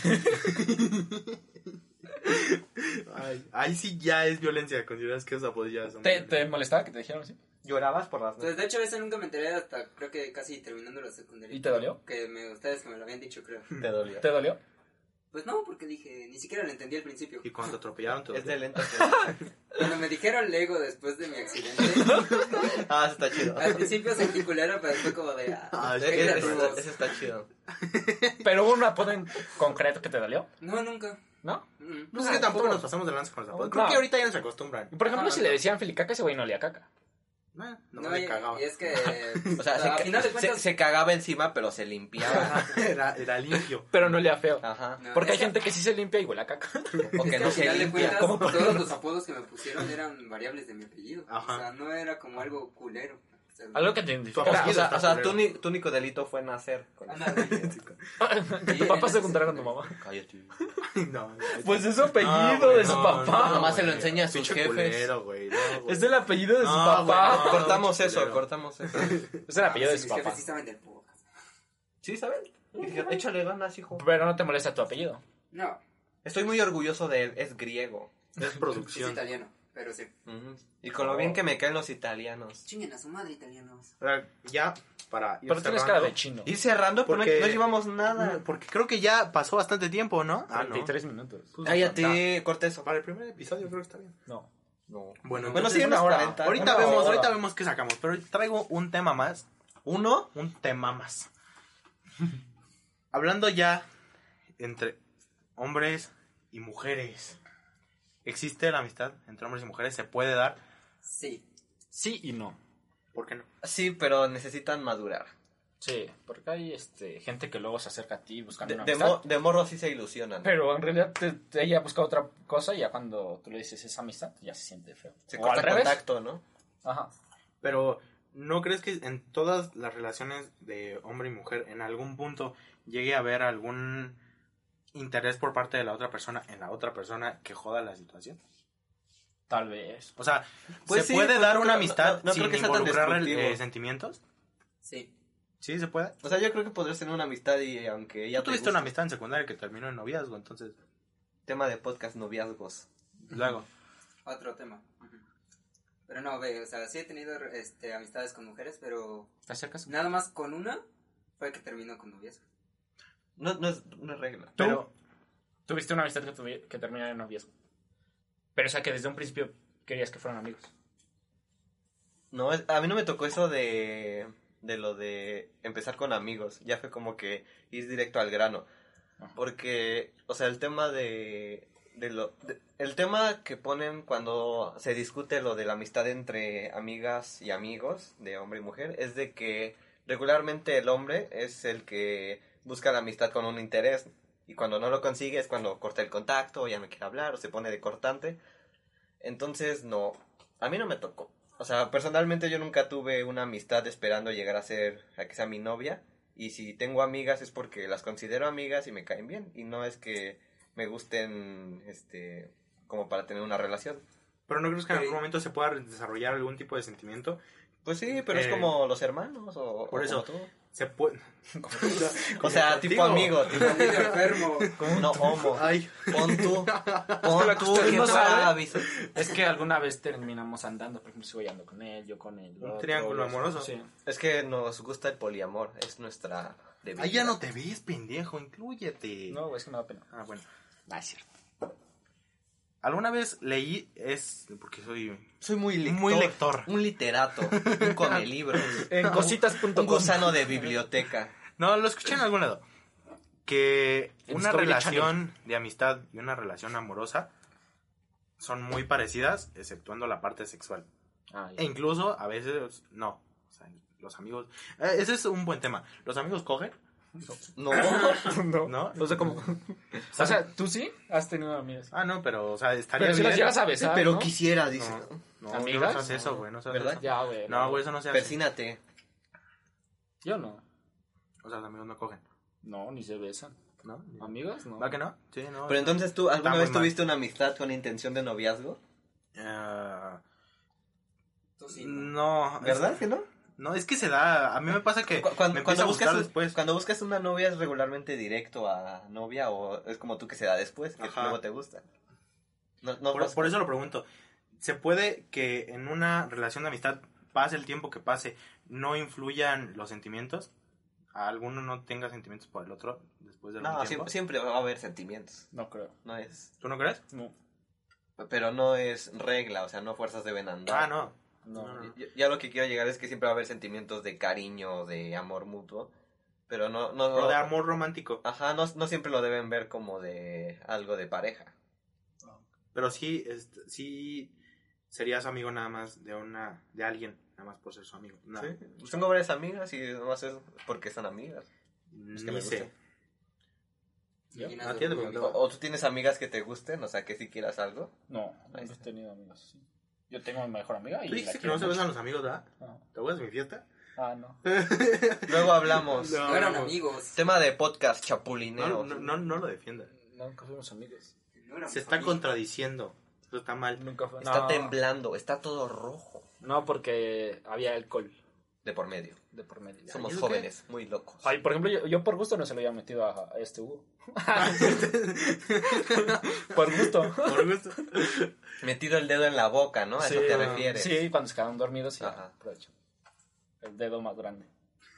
Speaker 2: Ay, ahí sí ya es violencia. Consideras que esos apodos ya son.
Speaker 3: ¿Te,
Speaker 2: violencia.
Speaker 3: te molestaba que te dijeran así?
Speaker 4: Llorabas por las
Speaker 1: Entonces, Pues, de hecho, eso nunca me enteré hasta creo que casi terminando la secundaria.
Speaker 3: ¿Y te dolió?
Speaker 1: Que me, ustedes que me lo habían dicho, creo.
Speaker 4: Te dolió.
Speaker 3: ¿Te dolió?
Speaker 1: Pues no, porque dije, ni siquiera lo entendí al principio.
Speaker 2: Y cuando te atropellaron, te
Speaker 4: Es de
Speaker 2: dolió.
Speaker 4: lento.
Speaker 1: Cuando me dijeron Lego después de mi accidente,
Speaker 4: ah, eso está chido.
Speaker 1: al principio sentí culero, pero fue como de... ah,
Speaker 2: Ah, es
Speaker 1: qué
Speaker 4: Ese- ese-
Speaker 1: creativos.
Speaker 4: ese está chido.
Speaker 3: ¿Pero hubo un apodo en concreto que te dolió?
Speaker 1: No, nunca.
Speaker 3: ¿No?
Speaker 1: Mm.
Speaker 2: Pues es que
Speaker 3: Ah,
Speaker 2: tampoco
Speaker 3: ¿cómo?
Speaker 2: nos pasamos de lanza con los apodos.
Speaker 3: No.
Speaker 2: Creo que ahorita ya nos acostumbran.
Speaker 3: Y por ejemplo,
Speaker 1: Ah,
Speaker 3: si
Speaker 1: no.
Speaker 3: le decían filicaca, ese güey no olía a caca.
Speaker 2: No, no me
Speaker 1: y,
Speaker 2: cagaba.
Speaker 1: y es que...
Speaker 4: O sea, se,
Speaker 1: a
Speaker 4: ca-
Speaker 1: final de
Speaker 4: se-
Speaker 1: cuentas...
Speaker 4: se cagaba encima, pero se limpiaba.
Speaker 2: Era, era limpio.
Speaker 3: Pero no olía feo.
Speaker 4: Ajá.
Speaker 1: No,
Speaker 3: Porque hay
Speaker 1: es que-
Speaker 3: gente que sí se limpia y huele a caca.
Speaker 4: O que
Speaker 1: Es que
Speaker 4: no
Speaker 1: al
Speaker 4: se
Speaker 1: final de
Speaker 4: limpia.
Speaker 1: cuentas,
Speaker 3: ¿Cómo por
Speaker 1: todos
Speaker 3: ejemplo?
Speaker 1: los apodos que me pusieron eran variables de mi apellido.
Speaker 2: Ajá.
Speaker 1: O sea, no era como algo culero. O sea,
Speaker 3: Algo que te
Speaker 4: O
Speaker 3: identificara.
Speaker 4: sea,
Speaker 2: Mosquito
Speaker 4: o sea,
Speaker 2: está
Speaker 4: o sea,
Speaker 2: culero.
Speaker 4: tu, ni- tu único delito fue nacer. Con
Speaker 1: Anda, güey.
Speaker 3: que tu papá se juntara con tu mamá.
Speaker 4: Cállate.
Speaker 2: No, no,
Speaker 3: Pues es su
Speaker 2: no,
Speaker 3: apellido
Speaker 2: güey,
Speaker 3: de su
Speaker 2: no,
Speaker 3: papá.
Speaker 2: no,
Speaker 4: Nomás se lo
Speaker 2: güey.
Speaker 4: enseña a sus
Speaker 2: Pinche
Speaker 4: jefes.
Speaker 2: culero, güey, no, güey.
Speaker 3: Es el apellido de su
Speaker 2: No,
Speaker 3: papá. Ah,
Speaker 2: güey, no.
Speaker 4: cortamos
Speaker 2: qué
Speaker 4: eso,
Speaker 2: Ah, culero.
Speaker 4: cortamos eso.
Speaker 3: Es el apellido de
Speaker 1: Sí,
Speaker 3: su
Speaker 1: mis jefes
Speaker 3: papá.
Speaker 1: sí saben del podcast.
Speaker 4: ¿Sí, saben? Échale ganas, hijo.
Speaker 3: Pero no te molesta tu apellido.
Speaker 1: No,
Speaker 4: Estoy muy orgulloso de él. Es griego.
Speaker 2: Es
Speaker 1: es
Speaker 2: producción.
Speaker 1: italiano, pero sí.
Speaker 4: Ujú. Y con
Speaker 2: Oh.
Speaker 4: lo bien que me caen los italianos.
Speaker 1: Chinguen a su madre italianos.
Speaker 2: O sea, ya, para ir
Speaker 3: Pero tienes cara de chino.
Speaker 4: Y cerrando, pero no-
Speaker 2: Porque-
Speaker 4: no llevamos nada.
Speaker 2: Porque creo que ya pasó bastante tiempo, ¿no? Ah, no.
Speaker 3: 33 minutos.
Speaker 2: Pues,
Speaker 4: Cállate, corta eso.
Speaker 2: Para el primer episodio creo que está bien.
Speaker 3: No.
Speaker 4: No.
Speaker 2: Bueno,
Speaker 4: Bueno, sí,
Speaker 2: entonces,
Speaker 4: unos
Speaker 3: una hora.
Speaker 4: 40.
Speaker 2: ahorita
Speaker 3: Bueno,
Speaker 2: vemos,
Speaker 3: ahora.
Speaker 2: ahorita vemos qué sacamos, pero traigo un tema más,
Speaker 4: Uno.
Speaker 2: un tema más. Hablando ya entre hombres y mujeres. ¿Existe la amistad entre hombres y mujeres? ¿Se puede dar?
Speaker 1: Sí.
Speaker 3: Sí y no.
Speaker 2: ¿Por qué no?
Speaker 4: Sí, pero necesitan madurar.
Speaker 3: Sí, porque hay este, gente que luego se acerca a ti buscando
Speaker 4: De,
Speaker 3: una
Speaker 4: de
Speaker 3: amistad.
Speaker 4: mo- de morro sí se ilusionan.
Speaker 3: Ah, Pero en realidad te, te- ella busca otra cosa y ya cuando tú le dices esa amistad, ya se siente feo.
Speaker 4: Se
Speaker 3: O
Speaker 4: corta
Speaker 3: al revés.
Speaker 4: contacto, ¿no?
Speaker 3: Ajá.
Speaker 2: Pero ¿no crees que en todas las relaciones de hombre y mujer en algún punto llegue a haber algún interés por parte de la otra persona en la otra persona que joda la situación.
Speaker 3: Tal vez.
Speaker 2: O sea,
Speaker 4: Pues
Speaker 2: ¿se
Speaker 4: sí,
Speaker 2: puede
Speaker 4: pues
Speaker 2: dar
Speaker 4: no
Speaker 2: una
Speaker 4: creo-
Speaker 2: amistad
Speaker 4: no- no
Speaker 2: sin
Speaker 4: creo que sea tan
Speaker 2: involucrar
Speaker 4: destructivo.
Speaker 2: eh, sentimientos?
Speaker 1: Sí.
Speaker 2: Sí, se puede.
Speaker 4: O sea, yo creo que podrías tener una amistad y aunque ya
Speaker 2: Tú
Speaker 4: te
Speaker 2: tuviste una
Speaker 4: guste-
Speaker 2: amistad en secundaria que terminó en noviazgo, entonces,
Speaker 4: tema de podcast noviazgos.
Speaker 2: luego.
Speaker 1: Otro tema. Ujú. Pero no, ve, o sea, sí he tenido este, amistades con mujeres, pero
Speaker 3: ¿Te acercas?
Speaker 1: nada más con una fue que terminó con noviazgo.
Speaker 4: No, no es una regla.
Speaker 3: Pero tuviste una amistad que, tuvi- que terminó en noviazgo. Pero o sea que desde un principio querías que fueran amigos.
Speaker 4: No, es- a mí no me tocó eso de, de lo de empezar con amigos. Ya fue como que ir directo al grano.
Speaker 3: Ajá.
Speaker 4: Porque, o sea, el tema de, de lo... de- el tema que ponen cuando se discute lo de la amistad entre amigas y amigos, de hombre y mujer, es de que regularmente el hombre es el que busca la amistad con un interés. Y cuando no lo consigue es cuando corta el contacto, o ya no quiere hablar, o se pone de cortante. Entonces, no, a mí no me tocó. O sea, personalmente yo nunca tuve una amistad esperando llegar a ser, a que sea mi novia. Y si tengo amigas es porque las considero amigas y me caen bien. Y no es que me gusten, este, como para tener una relación.
Speaker 2: Pero no crees que en
Speaker 1: Ok.
Speaker 2: algún momento se pueda desarrollar algún tipo de sentimiento.
Speaker 4: Pues sí, pero es
Speaker 2: Eh,
Speaker 4: como los hermanos o...
Speaker 2: por
Speaker 4: o
Speaker 2: eso.
Speaker 4: como tú.
Speaker 2: Se puede.
Speaker 4: O sea, tipo amigo. tipo-
Speaker 1: Amigo enfermo.
Speaker 4: no, homo.
Speaker 2: Ay,
Speaker 4: Pon tú.
Speaker 2: la
Speaker 4: Pon tú
Speaker 2: costumbre
Speaker 4: que
Speaker 2: no sabe.
Speaker 4: sabes.
Speaker 3: Es que alguna vez terminamos andando, por ejemplo, si voy ando con él, yo con él.
Speaker 2: Un triángulo amoroso.
Speaker 3: Sí.
Speaker 4: Es que nos gusta el poliamor. Es nuestra debilidad.
Speaker 2: ahí ya no te ves, pendejo, inclúyete.
Speaker 3: No, güey, es que me da pena.
Speaker 2: Ah, bueno.
Speaker 3: Ah, es cierto.
Speaker 2: Alguna vez leí, es porque soy
Speaker 4: Soy muy lector.
Speaker 2: muy lector.
Speaker 4: Un literato. Un come libros.
Speaker 3: En
Speaker 4: Un
Speaker 3: cositas.com.
Speaker 4: gusano de biblioteca.
Speaker 2: No, lo escuché en algún lado. Que
Speaker 3: En
Speaker 2: una
Speaker 3: Discovery
Speaker 2: relación de amistad y una relación amorosa son muy parecidas, exceptuando la parte sexual.
Speaker 3: Ah, ya.
Speaker 2: E incluso a veces no. O sea, los amigos. eh, ese es un buen tema. ¿Los amigos cogen?
Speaker 4: No.
Speaker 3: No.
Speaker 2: ¿No?
Speaker 3: O sea, como. O sea, tú sí has tenido amigas.
Speaker 2: Ah, no, pero, o sea, estaría
Speaker 3: Pero si las
Speaker 2: bien.
Speaker 3: llegas a besar.
Speaker 4: Pero
Speaker 3: ¿no?
Speaker 4: quisiera, dice.
Speaker 2: No, no,
Speaker 3: ¿Amigas?
Speaker 2: no se hace eso, güey. No se hace
Speaker 4: ¿Verdad?
Speaker 2: eso.
Speaker 3: Ya, güey.
Speaker 2: No, güey, eso no se hace.
Speaker 4: Persínate.
Speaker 3: Yo no.
Speaker 2: O sea, los amigos no cogen.
Speaker 3: No, ni se besan.
Speaker 2: ¿No?
Speaker 3: ¿Amigas? No.
Speaker 2: ¿Va que no? Sí, no.
Speaker 4: Pero entonces tú,
Speaker 2: Está
Speaker 4: ¿alguna
Speaker 2: muy
Speaker 4: vez
Speaker 2: mal.
Speaker 4: tuviste una amistad con intención de noviazgo?
Speaker 2: Ah,
Speaker 1: Tú sí. ¿no?
Speaker 2: no.
Speaker 4: ¿Verdad que no?
Speaker 2: No, es que se da. A mí me pasa que.
Speaker 4: Cu- cuan-
Speaker 2: me empieza
Speaker 4: cuando,
Speaker 2: a
Speaker 4: buscas,
Speaker 2: gustar
Speaker 4: un-
Speaker 2: después.
Speaker 4: cuando buscas una novia es regularmente directo a novia o es como tú que se da después, que
Speaker 2: Ajá.
Speaker 4: luego te gusta. No, no
Speaker 2: Por,
Speaker 4: pasa.
Speaker 2: por eso lo pregunto. ¿Se puede que en una relación de amistad, pase el tiempo que pase, no influyan los sentimientos? ¿A alguno no tenga sentimientos por el otro después de
Speaker 4: No,
Speaker 2: algún tiempo?
Speaker 4: siempre, siempre va a haber sentimientos.
Speaker 3: No creo.
Speaker 4: No es,
Speaker 2: ¿Tú no crees?
Speaker 3: No.
Speaker 4: pero no es regla, o sea, no fuerzas deben andar.
Speaker 2: Ah, no.
Speaker 3: No.
Speaker 2: No, no.
Speaker 4: Yo- Ya lo que quiero llegar es que siempre va a haber sentimientos de cariño, de amor mutuo, pero no, no,
Speaker 2: Pero de amor romántico.
Speaker 4: Ajá, no, no siempre lo deben ver como de algo de pareja.
Speaker 2: Pero sí, este, sí serías amigo nada más de una de alguien, nada más por ser su amigo. No,
Speaker 4: Sí. Pues Tengo varias amigas y nomás es porque son amigas.
Speaker 2: ni
Speaker 4: Es que me gusta.
Speaker 2: sé.
Speaker 3: ¿Yo?
Speaker 1: Y
Speaker 2: ¿A
Speaker 1: nada,
Speaker 2: ti te
Speaker 1: güey.
Speaker 4: O,
Speaker 2: preguntaba?
Speaker 4: o tú tienes amigas que te gusten, o sea, que si quieras algo.
Speaker 3: No, no
Speaker 4: Ahí
Speaker 3: he
Speaker 4: está.
Speaker 3: tenido amigos. así. Yo tengo a mi mejor amiga y.
Speaker 2: Tú dijiste
Speaker 3: la
Speaker 2: que no
Speaker 3: quiero
Speaker 2: se
Speaker 3: mucho.
Speaker 2: besan los amigos, ¿verdad?
Speaker 3: No.
Speaker 2: ¿Te acuerdas de mi fiesta?
Speaker 3: Ah, no.
Speaker 4: Luego hablamos.
Speaker 2: No.
Speaker 1: No eran
Speaker 2: no.
Speaker 1: amigos.
Speaker 4: Tema de podcast,
Speaker 2: No,
Speaker 4: chapulineo.
Speaker 2: no, no, no lo defiendas.
Speaker 3: Nunca fuimos amigos.
Speaker 1: No éramos
Speaker 2: Se está
Speaker 1: amigos.
Speaker 2: contradiciendo. Eso está mal.
Speaker 3: Nunca fuimos.
Speaker 4: Está
Speaker 3: no,
Speaker 4: temblando, está todo rojo.
Speaker 3: No, porque había alcohol
Speaker 4: De por medio.
Speaker 3: de por medio.
Speaker 4: Somos
Speaker 2: ¿y eso
Speaker 4: jóvenes, muy locos.
Speaker 3: Ay, por ejemplo, yo, yo por gusto no se lo había metido a, a este Hugo. por gusto.
Speaker 2: Por gusto.
Speaker 4: Metido el dedo en la boca, ¿no? A eso te refieres.
Speaker 3: Sí, cuando se quedaron dormidos, sí,
Speaker 4: Ajá.
Speaker 3: aprovecho. El dedo más grande.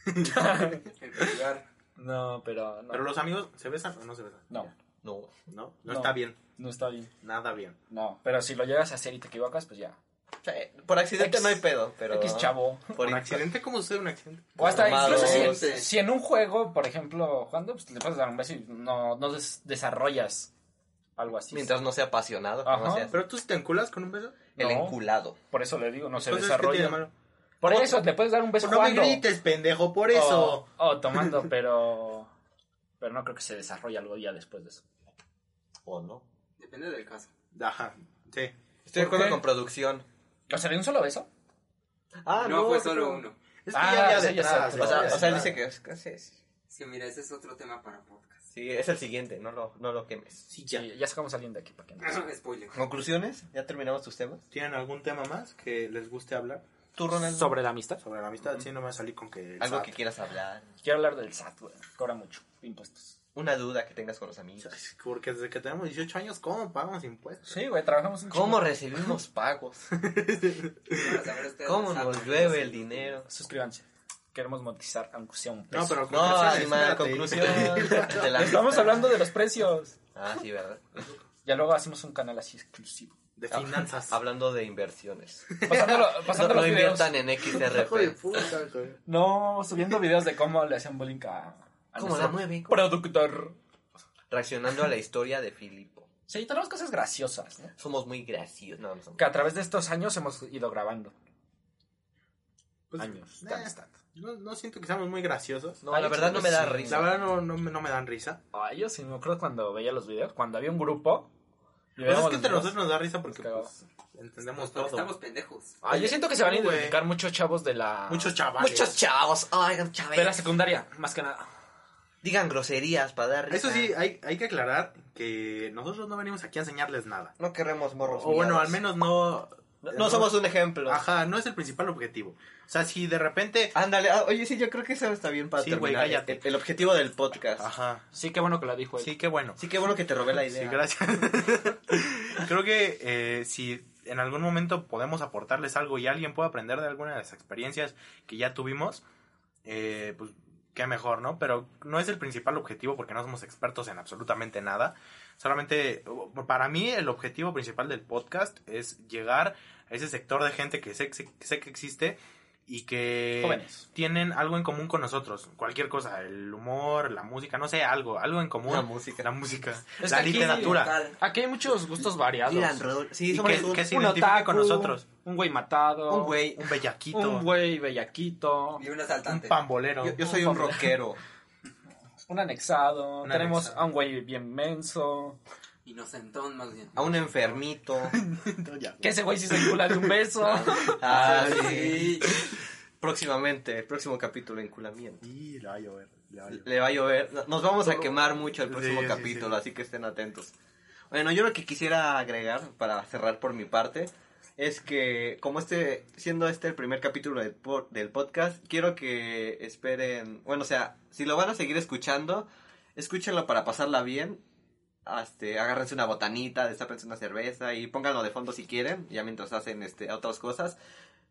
Speaker 1: El pulgar.
Speaker 3: No, pero no.
Speaker 2: Pero los amigos, ¿se besan o no se besan?
Speaker 3: No,
Speaker 4: No.
Speaker 2: No, no,
Speaker 3: No.
Speaker 2: está bien.
Speaker 3: no está bien.
Speaker 2: Nada bien.
Speaker 3: No, pero si lo llegas a hacer y te equivocas, pues ya.
Speaker 4: O sea, por accidente
Speaker 3: Ex-
Speaker 4: no hay pedo, pero.
Speaker 3: X chavo.
Speaker 4: Por
Speaker 2: ¿Un
Speaker 4: in-
Speaker 2: accidente? ¿Cómo sucede un accidente?
Speaker 3: O hasta
Speaker 4: Tomado.
Speaker 3: incluso si,
Speaker 1: Sí.
Speaker 3: si en un juego, por ejemplo, jugando, pues le puedes dar un beso y no, no des- desarrollas algo así.
Speaker 4: Mientras no sea apasionado, como
Speaker 3: Ajá,
Speaker 4: seas
Speaker 2: ¿Pero tú si te enculas con un beso?
Speaker 4: el
Speaker 3: No.
Speaker 4: enculado.
Speaker 3: Por eso le digo, no se
Speaker 2: Entonces, ¿qué tiene de
Speaker 3: desarrolla.
Speaker 2: malo?
Speaker 3: Por eso, le puedes dar un beso
Speaker 2: Pues no me
Speaker 3: jugando.
Speaker 2: grites, pendejo, por eso.
Speaker 3: O, o tomando, pero. Pero no creo que se desarrolle algo ya después de eso.
Speaker 4: ¿O no?
Speaker 1: Depende del caso.
Speaker 2: Ajá, sí.
Speaker 4: Estoy
Speaker 3: ¿Por
Speaker 4: de acuerdo
Speaker 3: qué?
Speaker 4: con producción.
Speaker 3: O sea, de un solo beso.
Speaker 4: Ah,
Speaker 1: no, fue solo uno.
Speaker 2: Es que
Speaker 3: Ah,
Speaker 2: ya había
Speaker 3: o sea, ya
Speaker 2: detrás.
Speaker 3: sé,
Speaker 4: O sea,
Speaker 2: ya
Speaker 4: o sea, él
Speaker 2: detrás.
Speaker 4: dice que es- que es-
Speaker 1: Es que mira, ese es otro tema para podcast.
Speaker 4: Sí, es el siguiente, no lo, no lo quemes.
Speaker 3: Sí, ya. sacamos a alguien de aquí para que no.
Speaker 1: Spoiler.
Speaker 4: ¿Conclusiones? ¿Ya terminamos tus temas?
Speaker 2: ¿Tienen algún tema más que les guste hablar?
Speaker 4: ¿Tú, Ronald?
Speaker 3: Sobre la amistad.
Speaker 2: Sobre la amistad, sí, no me va a salir con que... el
Speaker 4: Algo
Speaker 2: SAT.
Speaker 4: que quieras hablar.
Speaker 3: Quiero hablar del SAT, güey. Cobra mucho. Impuestos.
Speaker 4: Una duda que tengas con los amigos.
Speaker 2: Porque desde que tenemos 18 años, ¿cómo pagamos impuestos?
Speaker 3: Sí, güey, trabajamos un
Speaker 4: ¿Cómo
Speaker 3: chingo.
Speaker 4: recibimos pagos?
Speaker 1: Para saber ustedes,
Speaker 4: ¿Cómo
Speaker 1: saben,
Speaker 4: nos llueve el dinero?
Speaker 3: Suscríbanse. Queremos monetizar, aunque sea un peso.
Speaker 2: No, pero
Speaker 4: No,
Speaker 2: conclusiones,
Speaker 4: animal,
Speaker 2: espérate.
Speaker 4: conclusión. de la
Speaker 3: Estamos
Speaker 4: amistad.
Speaker 3: hablando de los precios.
Speaker 4: Ah, sí, ¿verdad?
Speaker 3: Ya luego hacemos un canal así exclusivo.
Speaker 2: De finanzas.
Speaker 4: Hablando de inversiones.
Speaker 3: Pasándolo,
Speaker 4: No,
Speaker 3: pasando
Speaker 4: no
Speaker 3: los videos.
Speaker 4: inviertan en
Speaker 2: Hijo de
Speaker 4: XRP.
Speaker 2: puta, güey.
Speaker 3: No, subiendo videos de cómo le hacen bullying a, a
Speaker 4: ¿Cómo
Speaker 3: nuestro
Speaker 4: la mueve?
Speaker 3: productor.
Speaker 4: Reaccionando a la historia de Filipo.
Speaker 3: Sí, tenemos cosas graciosas, ¿no?
Speaker 4: Somos muy graciosos. No, no somos.
Speaker 3: Que a través de estos años hemos ido grabando.
Speaker 2: Pues,
Speaker 3: Años.
Speaker 2: eh,
Speaker 3: Tantos, tantos.
Speaker 2: No, no siento que seamos muy graciosos.
Speaker 4: No, la verdad no me da
Speaker 3: Sí.
Speaker 2: La
Speaker 4: risa.
Speaker 2: verdad no, no, me- no me dan risa.
Speaker 3: Ay, yo sí me acuerdo cuando veía los videos, cuando había un grupo. y
Speaker 2: Pues es
Speaker 3: veíamos
Speaker 2: que entre
Speaker 3: los videos.
Speaker 2: nosotros nos da risa porque
Speaker 3: Nos
Speaker 2: pues, entendemos todo.
Speaker 1: Estamos, estamos pendejos.
Speaker 3: Ay, yo siento que se van a
Speaker 2: Sí, güey.
Speaker 3: identificar muchos chavos de la.
Speaker 2: Muchos chavales.
Speaker 4: Muchos chavos. Oigan,
Speaker 3: De la
Speaker 4: chavales.
Speaker 3: secundaria, más que nada.
Speaker 4: Digan groserías para dar risa.
Speaker 2: Eso sí, hay, hay que aclarar que nosotros no venimos aquí a enseñarles nada.
Speaker 4: No queremos morros.
Speaker 2: O bueno,
Speaker 4: miados.
Speaker 2: al menos no...
Speaker 4: No, no somos un ejemplo.
Speaker 2: Ajá, no es el principal objetivo. O sea, si de repente...
Speaker 4: Ándale, ah, oye, sí, yo creo que eso está bien para
Speaker 2: Sí, güey,
Speaker 4: terminar
Speaker 2: cállate.
Speaker 4: El, el objetivo del podcast.
Speaker 2: Ajá.
Speaker 3: Sí, qué bueno que la dijo él.
Speaker 2: Sí, qué bueno.
Speaker 4: Sí, qué bueno que te robé la idea.
Speaker 2: Sí, gracias. Creo que eh, si en algún momento podemos aportarles algo y alguien puede aprender de alguna de las experiencias que ya tuvimos, eh, pues qué mejor, ¿no? Pero no es el principal objetivo porque no somos expertos en absolutamente nada. Solamente, uh, para mí el objetivo principal del podcast es llegar a ese sector de gente que sé, que sé que existe y que
Speaker 3: Jóvenes.
Speaker 2: tienen algo en común con nosotros. Cualquier cosa, el humor, la música, no sé, algo, algo en común.
Speaker 4: La música.
Speaker 2: La música.
Speaker 3: Es
Speaker 2: la
Speaker 3: que aquí-
Speaker 2: literatura.
Speaker 1: Tal.
Speaker 3: Aquí hay muchos gustos variados.
Speaker 4: Dylan Raúl. Sí,
Speaker 2: Y
Speaker 4: somos
Speaker 2: que-
Speaker 4: un,
Speaker 2: que se
Speaker 3: un
Speaker 2: identifique
Speaker 3: otaku,
Speaker 2: con nosotros.
Speaker 3: Un güey matado.
Speaker 4: un güey.
Speaker 2: Un bellaquito.
Speaker 3: Un
Speaker 2: Un,
Speaker 3: güey bellaquito.
Speaker 1: Y un asaltante.
Speaker 2: pambolero.
Speaker 4: Yo, yo soy un rockero.
Speaker 3: Un anexado.
Speaker 2: Un
Speaker 3: tenemos
Speaker 2: anexado.
Speaker 3: a un güey bien menso.
Speaker 1: Inocentón, más bien.
Speaker 4: A un enfermito.
Speaker 3: Que ese güey sí se encula de un beso.
Speaker 4: Ah, sí.
Speaker 1: Sí.
Speaker 4: Próximamente, el próximo capítulo, enculamiento.
Speaker 2: Y le va a llover. le va a llover.
Speaker 4: Le va a llover. Nos vamos a quemar mucho el
Speaker 2: Sí,
Speaker 4: próximo
Speaker 2: sí,
Speaker 4: capítulo,
Speaker 2: sí.
Speaker 4: así que estén atentos. Bueno, yo lo que quisiera agregar para cerrar por mi parte es que como este siendo este el primer capítulo del, po- del podcast, quiero que esperen, bueno, o sea, si lo van a seguir escuchando, escúchenlo para pasarla bien. Este, agárrense una botanita, destapense una cerveza y pónganlo de fondo si quieren, ya mientras hacen este otras cosas.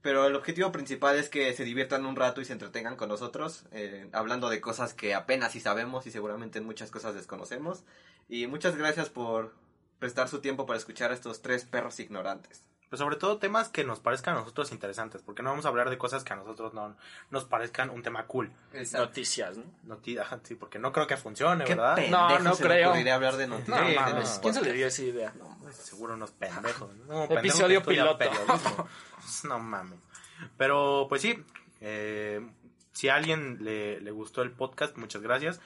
Speaker 4: Pero el objetivo principal es que se diviertan un rato y se entretengan con nosotros, eh, hablando de cosas que apenas sí sabemos y seguramente muchas cosas desconocemos. Y muchas gracias por prestar su tiempo para escuchar a estos tres perros ignorantes.
Speaker 2: Pero sobre todo temas que nos parezcan a nosotros interesantes. Porque no vamos a hablar de cosas que a nosotros no nos parezcan un tema cool.
Speaker 1: Exacto.
Speaker 3: Noticias, ¿no?
Speaker 2: No, ti- ajá, sí, porque no creo que funcione,
Speaker 4: ¿Qué
Speaker 2: ¿verdad?
Speaker 4: pendejo
Speaker 3: No, no
Speaker 4: se le
Speaker 3: creo.
Speaker 4: ocurriría hablar de noticias?
Speaker 3: No,
Speaker 4: en
Speaker 3: mames,
Speaker 4: el
Speaker 3: ¿Quién se le
Speaker 4: podcast?
Speaker 3: dio esa idea?
Speaker 2: Pues Seguro unos pendejos. No,
Speaker 3: Episodio
Speaker 2: que estudia
Speaker 3: piloto.
Speaker 2: periodismo. Pues No mames. Pero pues sí, eh, si a alguien le, le gustó el podcast, muchas gracias.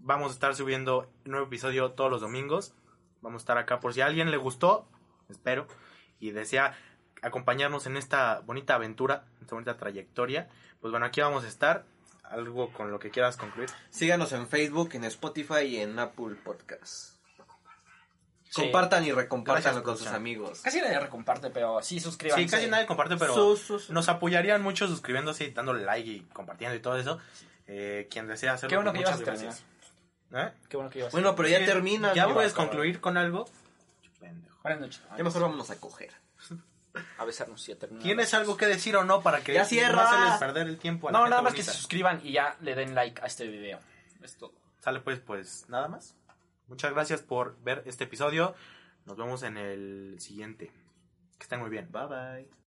Speaker 2: Vamos a estar subiendo nuevo episodio todos los domingos. Vamos a estar acá por si a alguien le gustó, espero, y desea acompañarnos en esta bonita aventura, en esta bonita trayectoria. Pues bueno, aquí vamos a estar. Algo con lo que quieras concluir.
Speaker 4: Síganos en Facebook, en Spotify y en Apple Podcasts.
Speaker 3: Sí.
Speaker 4: Compartan y recompártanlo
Speaker 2: Gracias,
Speaker 4: con sus
Speaker 2: Lucha.
Speaker 4: amigos.
Speaker 3: Casi nadie recomparte, pero sí suscríbanse.
Speaker 2: Sí, casi nadie comparte, pero...
Speaker 4: Sus, sus, sus.
Speaker 2: Nos apoyarían mucho suscribiéndose y dándole like y compartiendo y todo eso. Eh, quien desea hacerlo,
Speaker 3: Qué bueno
Speaker 2: pues,
Speaker 3: que ibas a
Speaker 2: muchas
Speaker 3: terminar.
Speaker 2: gracias. ¿Eh?
Speaker 3: Qué bueno que ibas.
Speaker 4: Bueno, pero ya termina.
Speaker 2: ¿Ya
Speaker 4: ¿no?
Speaker 2: puedes
Speaker 3: acabar.
Speaker 2: concluir con algo? Pendejo.
Speaker 3: Buenas noches.
Speaker 4: Ya mejor vámonos a coger.
Speaker 3: A besarnos y a terminar.
Speaker 2: ¿Tienes algo que decir o no para que
Speaker 4: ¡Ya
Speaker 2: no
Speaker 4: cierra!
Speaker 2: hacerles perder el tiempo a la
Speaker 3: No,
Speaker 2: gente
Speaker 3: nada más que
Speaker 2: bonita?
Speaker 3: se suscriban y ya le den like a este video. Es todo.
Speaker 2: Sale pues, pues nada más. Muchas gracias por ver este episodio. Nos vemos en el siguiente. Que estén muy bien.
Speaker 4: Bye bye.